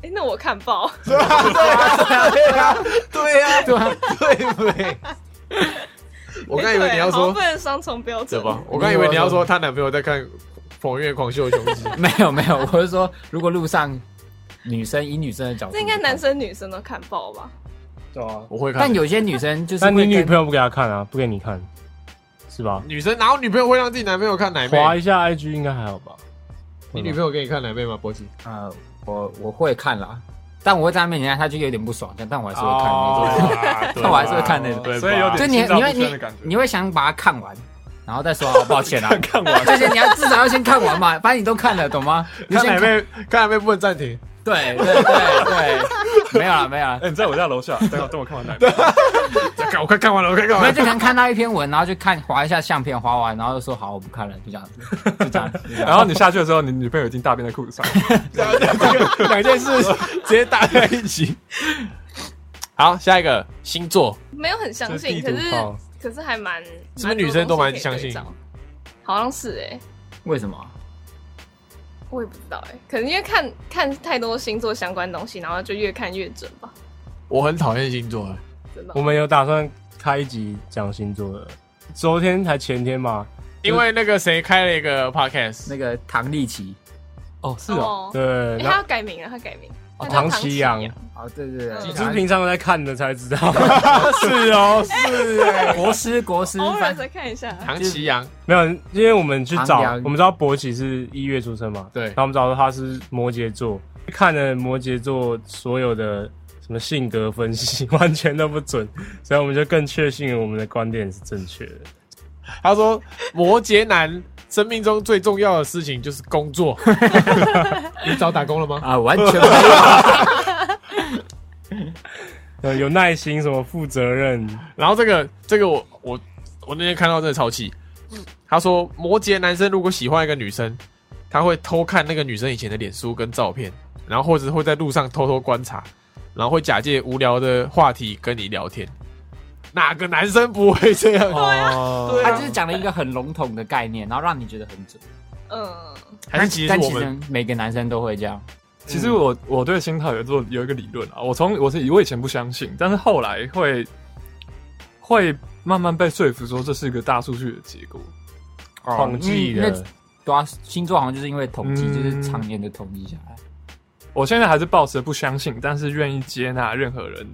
Speaker 5: 哎，那我看爆，
Speaker 1: 对啊，对啊，对 啊，对啊，对没？我刚以为你要
Speaker 5: 对好
Speaker 1: 说
Speaker 5: 不能双重标
Speaker 2: 对
Speaker 5: 准
Speaker 2: 吧？？我刚以为你要说她男朋友在看彭于晏狂秀胸肌，
Speaker 4: 没有没有，我是说，如果路上女生以女生的角度，
Speaker 5: 这应该男。生女生都看爆吧？
Speaker 3: 对啊，
Speaker 2: 我会看。
Speaker 4: 但有些女生就是
Speaker 3: 但你
Speaker 4: 会
Speaker 3: 女朋
Speaker 4: 友
Speaker 3: 友不给她看啊，不给你看，是吧？
Speaker 2: 女生哪有女朋友会让自己男朋友看奶
Speaker 3: 划
Speaker 2: 妹？
Speaker 3: 一下 IG 应该还好吧？
Speaker 2: 你女
Speaker 3: 会
Speaker 2: 朋
Speaker 3: 吧
Speaker 2: 友给你看奶妹吗？波奇？
Speaker 4: 呃，我我会看啦，但我会在她面前，她就有点不爽，但但我还是会看
Speaker 2: 看
Speaker 4: 那种。那我还是会看那种
Speaker 6: 所以有
Speaker 4: 就
Speaker 6: 点
Speaker 4: 你
Speaker 6: 哦
Speaker 4: 你
Speaker 6: 心照不
Speaker 4: 会
Speaker 6: 宣的感觉。
Speaker 4: 你你会想把它看完，然后再说好抱 歉啊。
Speaker 6: 看完
Speaker 4: 就是你要至少要先看完嘛，反正你都看了，懂 吗？你就
Speaker 2: 看
Speaker 4: 先
Speaker 2: 奶妹，看奶妹不能暂停。
Speaker 4: 对对对对，没有了没有 了。
Speaker 6: 哎，你在我家楼下，等我等我看完 奶妹。
Speaker 2: 看，我快看完了，我快看
Speaker 4: 没有
Speaker 2: 完了。
Speaker 4: 就可能看到一篇文，然后就看划一下相片，划完然后就说好，我不看了，就这 样子，就这样子。就这样
Speaker 6: 然后你下去的时候，你女朋友已经大便在裤子 上。
Speaker 2: 两件事直接搭在一起。好，下一个星座，
Speaker 5: 没有很相信，可
Speaker 3: 这是地
Speaker 5: 是
Speaker 3: 图炮
Speaker 5: 可是还蛮，
Speaker 2: 是不是女生都蛮相信
Speaker 5: 蛮多东西可以对照？好像是哎，
Speaker 4: 为什么？
Speaker 5: 我也不知道哎，可能因为看看太多星座相关东西，然后就越看越准吧，
Speaker 2: 我很讨厌星座。
Speaker 5: 真的
Speaker 3: 我。们有打算开一集讲星座的，昨天才前天嘛，
Speaker 2: 因为那个谁开了一个 podcast，
Speaker 4: 那个唐立奇，
Speaker 6: 哦，是哦，
Speaker 5: 哦，
Speaker 3: 对，
Speaker 5: 哎
Speaker 3: 然
Speaker 5: 他
Speaker 3: 后
Speaker 5: 要改名了，他改名，
Speaker 3: 哦
Speaker 5: 他叫
Speaker 3: 唐奇阳
Speaker 5: 奇阳
Speaker 4: 哦，对对 对，
Speaker 5: 嗯
Speaker 3: 只是平常在看的才知 道，是哦，是哎，
Speaker 4: 国师国师，
Speaker 5: 偶尔
Speaker 4: 反
Speaker 5: 再看一下。
Speaker 2: 唐奇阳，
Speaker 3: 没有，因为我们去找
Speaker 4: 唐阳，
Speaker 3: 我们知道博奇是一月出生嘛，
Speaker 2: 对
Speaker 3: 然后我们找到他是摩羯座，看了摩羯座所有的什么性格分析， 完全都不准，所以我们就更确信我们的观点是正确的。
Speaker 2: 他说摩羯男生命中最重要的事情就是工 作。你找打工了吗？
Speaker 4: 啊，完全没有。
Speaker 3: 呃，有耐心，什么负责任，
Speaker 2: 然后这个这个我我我那天看到真的超气，他说摩羯男生如果喜欢一个女生，他会偷看那个女生以前的脸书跟照片，然后或者会在路上偷偷观察，然后会假借无聊的话题跟你聊天。哪个男生不会这样？
Speaker 6: 哦，
Speaker 4: 他 就是讲了一个很笼统的概念，然后让你觉得很准。
Speaker 5: 嗯，
Speaker 2: 还是其实
Speaker 4: 但
Speaker 2: 是我
Speaker 4: 其
Speaker 2: 们
Speaker 4: 实每个男生都会这样。
Speaker 6: 其实我我对星套有做有一个理论啊，我从我是我以前不相信，但是后来会会慢慢被说服，说这是一个大数据的结果。
Speaker 3: 统计
Speaker 4: 嗯
Speaker 3: 的
Speaker 4: 那。对啊，星座好像就是因为统计，
Speaker 6: 嗯
Speaker 4: 就是常年的统计下来。
Speaker 6: 我现在还是抱持不相信，但是愿意接纳任何人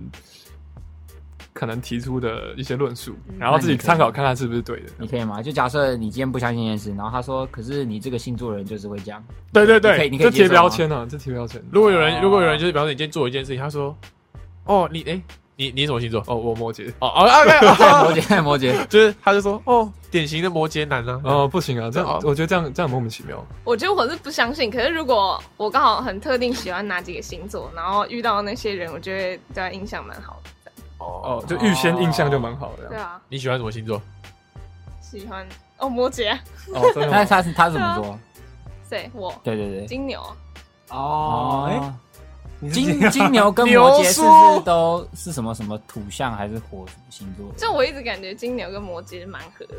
Speaker 6: 可能提出的一些论述，然后自己参考看看是不是对的。
Speaker 4: 嗯你可以吗？就假设你今天不相信一件事，然后他说：“可是你这个星座的人就是会这样。
Speaker 2: 对对
Speaker 4: 你可以
Speaker 2: 对，
Speaker 4: 你可
Speaker 6: 这
Speaker 4: 以
Speaker 6: 贴
Speaker 4: 接受吗
Speaker 6: 标。签啊，这贴标签。
Speaker 2: 如果有人
Speaker 4: 哦
Speaker 2: 如果有人就是比方说你今天做一件事情，他说哦你哎、你你什么星座？
Speaker 6: 哦，我摩羯。
Speaker 2: 哦哦啊没有哦
Speaker 4: 摩羯，摩羯，
Speaker 2: 就是他就说哦典型的摩羯男啊，
Speaker 6: 哦，不行啊，这样
Speaker 2: 哦
Speaker 6: 我觉得这样这样莫名其妙。
Speaker 5: 我觉得我是不相信，可是如果我刚好很特定喜欢哪几个星座，然后遇到那些人，我觉得对他印象蛮好的。
Speaker 6: 哦，就预先印象就蛮好的
Speaker 5: 对
Speaker 6: 啊。
Speaker 5: 啊，
Speaker 2: 你喜欢什么星座？
Speaker 5: 喜欢哦，摩羯，
Speaker 6: 哦，真的
Speaker 4: 那
Speaker 6: 吗。
Speaker 4: 他是他怎么说？
Speaker 5: 谁？我
Speaker 4: 对对对，
Speaker 5: 金牛，
Speaker 4: 哦，哎，
Speaker 3: 你是
Speaker 4: 金 金牛跟摩羯是不是都是什么什么土象还是火星座？
Speaker 5: 就我一直感觉金牛跟摩羯蛮合的。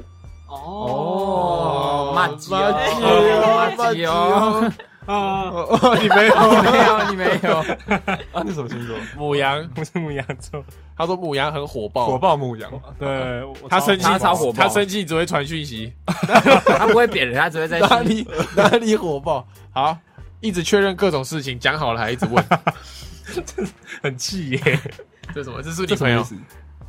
Speaker 4: 哦，马吉哦，
Speaker 2: 马
Speaker 4: 马 吉哦，
Speaker 3: 啊，
Speaker 2: 哦，你没有
Speaker 4: 没有你没有，
Speaker 6: 啊，你什么星座？
Speaker 2: 母羊，
Speaker 3: 不是牧羊座，
Speaker 2: 他说母羊很火爆，
Speaker 6: 火爆牧羊。
Speaker 3: 对，我
Speaker 2: 他生气，
Speaker 4: 哦他超火爆
Speaker 2: 他生气只会传讯息，
Speaker 4: 他不会扁人，他只会 在
Speaker 2: 哪里哪里火爆？好，一直确认各种事情，讲好了还一直问，
Speaker 3: 很气耶。
Speaker 2: 这什么？这是
Speaker 6: 这
Speaker 2: 你
Speaker 6: 什
Speaker 2: 朋
Speaker 6: 么意
Speaker 2: 友？
Speaker 6: 思？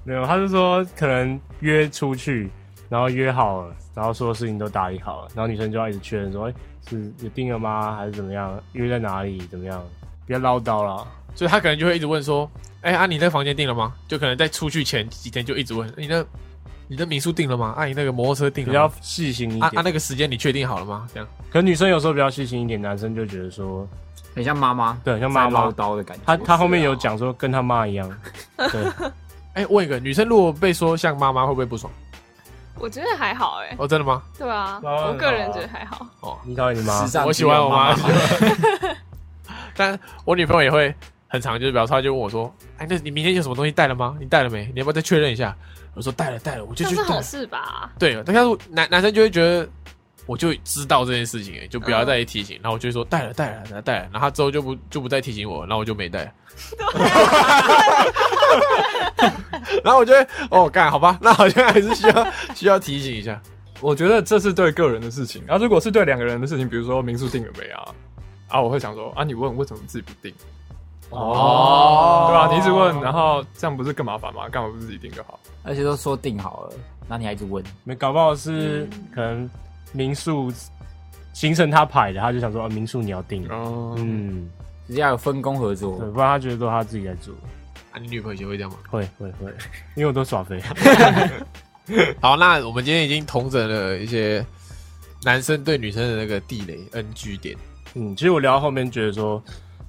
Speaker 3: 没有，他是说可能约出去，然后约好了，然后所有事情都打理好了，然后女生就要一直确认说，哎、是有定了吗？还是怎么样？约在哪里？怎么样？不要唠叨啦。
Speaker 2: 所以他可能就会一直问说，哎、啊，你那房间订了吗？就可能在出去前几天就一直问你那你的民宿订了吗？啊，你那个摩托车订
Speaker 3: 比
Speaker 2: 了
Speaker 3: 较
Speaker 2: 吗？
Speaker 3: 细心一
Speaker 2: 啊啊，
Speaker 3: 点。
Speaker 2: 那个时间你确定好了吗？这样
Speaker 3: 可女生有时候比较细心一点，男生就觉得说，
Speaker 4: 很像妈妈，
Speaker 3: 对，像妈
Speaker 4: 唠
Speaker 3: 妈。
Speaker 4: 叨的感觉。
Speaker 3: 他他后面
Speaker 4: 啊
Speaker 3: 有讲说跟他妈一样， 对，
Speaker 2: 哎、问一个女生，如果被说像妈妈，会不会不爽？
Speaker 5: 我觉得还好哎、
Speaker 2: 哦，真的吗？
Speaker 5: 对啊，
Speaker 3: 当然
Speaker 5: 我个人
Speaker 3: 好啊
Speaker 5: 觉得还好。
Speaker 2: 哦，
Speaker 3: 你讨厌你妈
Speaker 4: 时，尚
Speaker 2: 我喜欢我妈。 但我女朋友也会很常，就是比方说，她就问我说：“哎，那你明天有什么东西带了吗？你带了没？你要不要再确认一下？”我说：“带了，带了，我就
Speaker 5: 这
Speaker 2: 去
Speaker 5: 是
Speaker 2: 带
Speaker 5: 好
Speaker 2: 了。
Speaker 5: 事吧？”
Speaker 2: 对，但是男男生就会觉得，我就知道这件事情，就不要再提醒。然后我就会说：“带了，带了，带了。”带了。然后他之后就不就不再提醒我，然后我就没 带。 然后我就会哦，干好吧，那好像还是需要需要提醒一下。
Speaker 6: 我觉得这是对个人的事情，然后如果是对两个人的事情，比如说民宿定了没啊，啊，我会想说啊，你问为什么自己不定，
Speaker 2: 哦
Speaker 6: 对吧、你一直问，啊然后这样不是更麻烦吗？干嘛不自己定就好？
Speaker 4: 而且都说定好了，那你还一直问？
Speaker 3: 没搞不好是可能民宿行程他排的，他就想说啊，民宿你要定，
Speaker 6: 哦、
Speaker 3: 嗯，
Speaker 4: 人家有分工合作
Speaker 3: 对，，不然他觉得都他自己在做，
Speaker 2: 啊，你女朋友也会这样吗？
Speaker 3: 会会会，因为我都耍飞，
Speaker 2: 好，那我们今天已经同整了一些男生对女生的那个地雷 NG 点。
Speaker 3: 嗯，其实我聊到后面觉得说，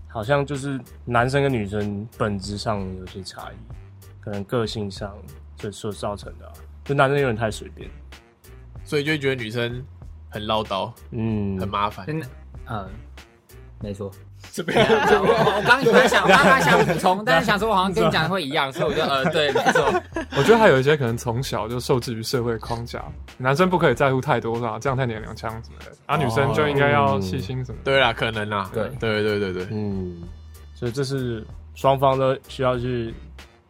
Speaker 3: 好像就是男生跟女生本质上有些差异，可能个性上所所造成的啊、就男生有点太随便，
Speaker 2: 所以就会觉得女生很唠叨，
Speaker 3: 嗯，
Speaker 2: 很麻烦。
Speaker 4: 真的，嗯，没错。
Speaker 2: 这边
Speaker 4: 我我刚本来想，我刚刚想补充，但是想说我好像跟你讲的会一样，所以我就呃，对，没错。
Speaker 6: 我觉得还有一些可能从小就受制于社会框架，男生不可以在乎太多啦，这样太娘娘腔什么的，啊，女生就应该要细心什么的。
Speaker 2: 对啦，可能啦，
Speaker 4: 对
Speaker 2: 对对对对对，
Speaker 3: 嗯，所以这是双方都需要去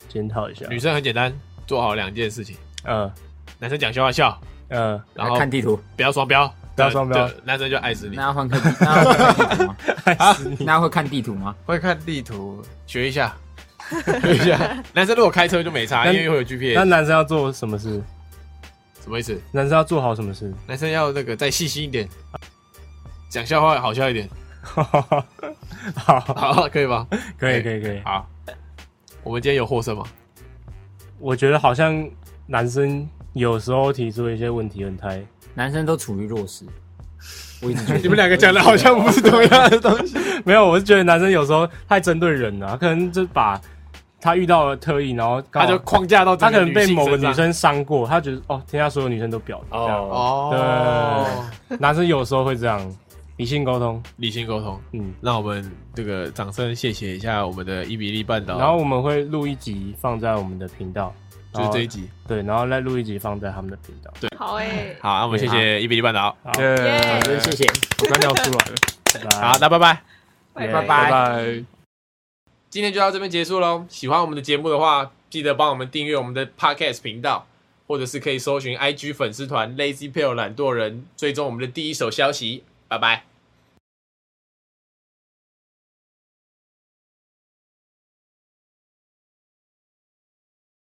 Speaker 3: 检讨一下。
Speaker 2: 女生很简单，做好两件事情，
Speaker 3: 呃
Speaker 2: 男生讲笑话笑，
Speaker 3: 呃，
Speaker 2: 然后
Speaker 4: 看地图，
Speaker 2: 不要双标，
Speaker 3: 不要双标
Speaker 2: 对，对男生就爱死你
Speaker 4: 那。要换看地，那要换看地图吗？那
Speaker 2: 会
Speaker 4: 会看地图吗？
Speaker 2: 看地图，学一下，学一下。男生如果开车就没差，
Speaker 3: 那
Speaker 2: 因为会有
Speaker 3: 那
Speaker 2: GPS，
Speaker 3: 男生要做什么事？
Speaker 2: 什么意思？
Speaker 3: 男生要做好什么事？
Speaker 2: 男生要那个再细心一点，讲笑话好笑一点，
Speaker 3: 好，
Speaker 2: 好，可以吧？
Speaker 3: 可以可以可以。
Speaker 2: 好，我们今天有获胜吗？
Speaker 3: 我觉得好像男生有时候提出一些问题很太，
Speaker 4: 男生都处于弱势，我一直觉得
Speaker 2: 你们两个讲的好像不是同样 的东西。
Speaker 3: 没有，我是觉得男生有时候太针对人了，他可能就把他遇到的特意，然后刚
Speaker 2: 他
Speaker 3: 好
Speaker 2: 就框架到
Speaker 3: 他
Speaker 2: 整
Speaker 3: 可
Speaker 2: 个
Speaker 3: 能被某个女
Speaker 2: 上
Speaker 3: 生伤过，他觉得哦，天下所有女生都婊子。这样
Speaker 2: 哦，
Speaker 3: 男生有时候会这样，理性沟通，
Speaker 2: 理性沟通。
Speaker 3: 嗯。
Speaker 2: 那我们这个掌声谢谢一下我们的伊比利半岛，
Speaker 3: 然后我们会录一集放在我们的频道，
Speaker 2: 就是这一集。
Speaker 3: 然后对，然后再录一集放在他们的频道。
Speaker 5: 好 哎，
Speaker 2: 好，那我们谢谢伊比利半岛。
Speaker 3: 好
Speaker 6: 耶
Speaker 5: 耶
Speaker 4: 真谢谢，
Speaker 6: 我刚尿出来了，
Speaker 2: 好，那拜拜。
Speaker 5: 拜
Speaker 4: 拜
Speaker 6: 拜
Speaker 4: 拜
Speaker 6: 拜。
Speaker 2: 今天就到这边结束喽。喜欢我们的节目的话，记得帮我们订阅我们的 Podcast 频道，或者是可以搜寻 IG 粉丝团 Lazy p a l e 懒惰人，追踪我们的第一手消息。拜拜。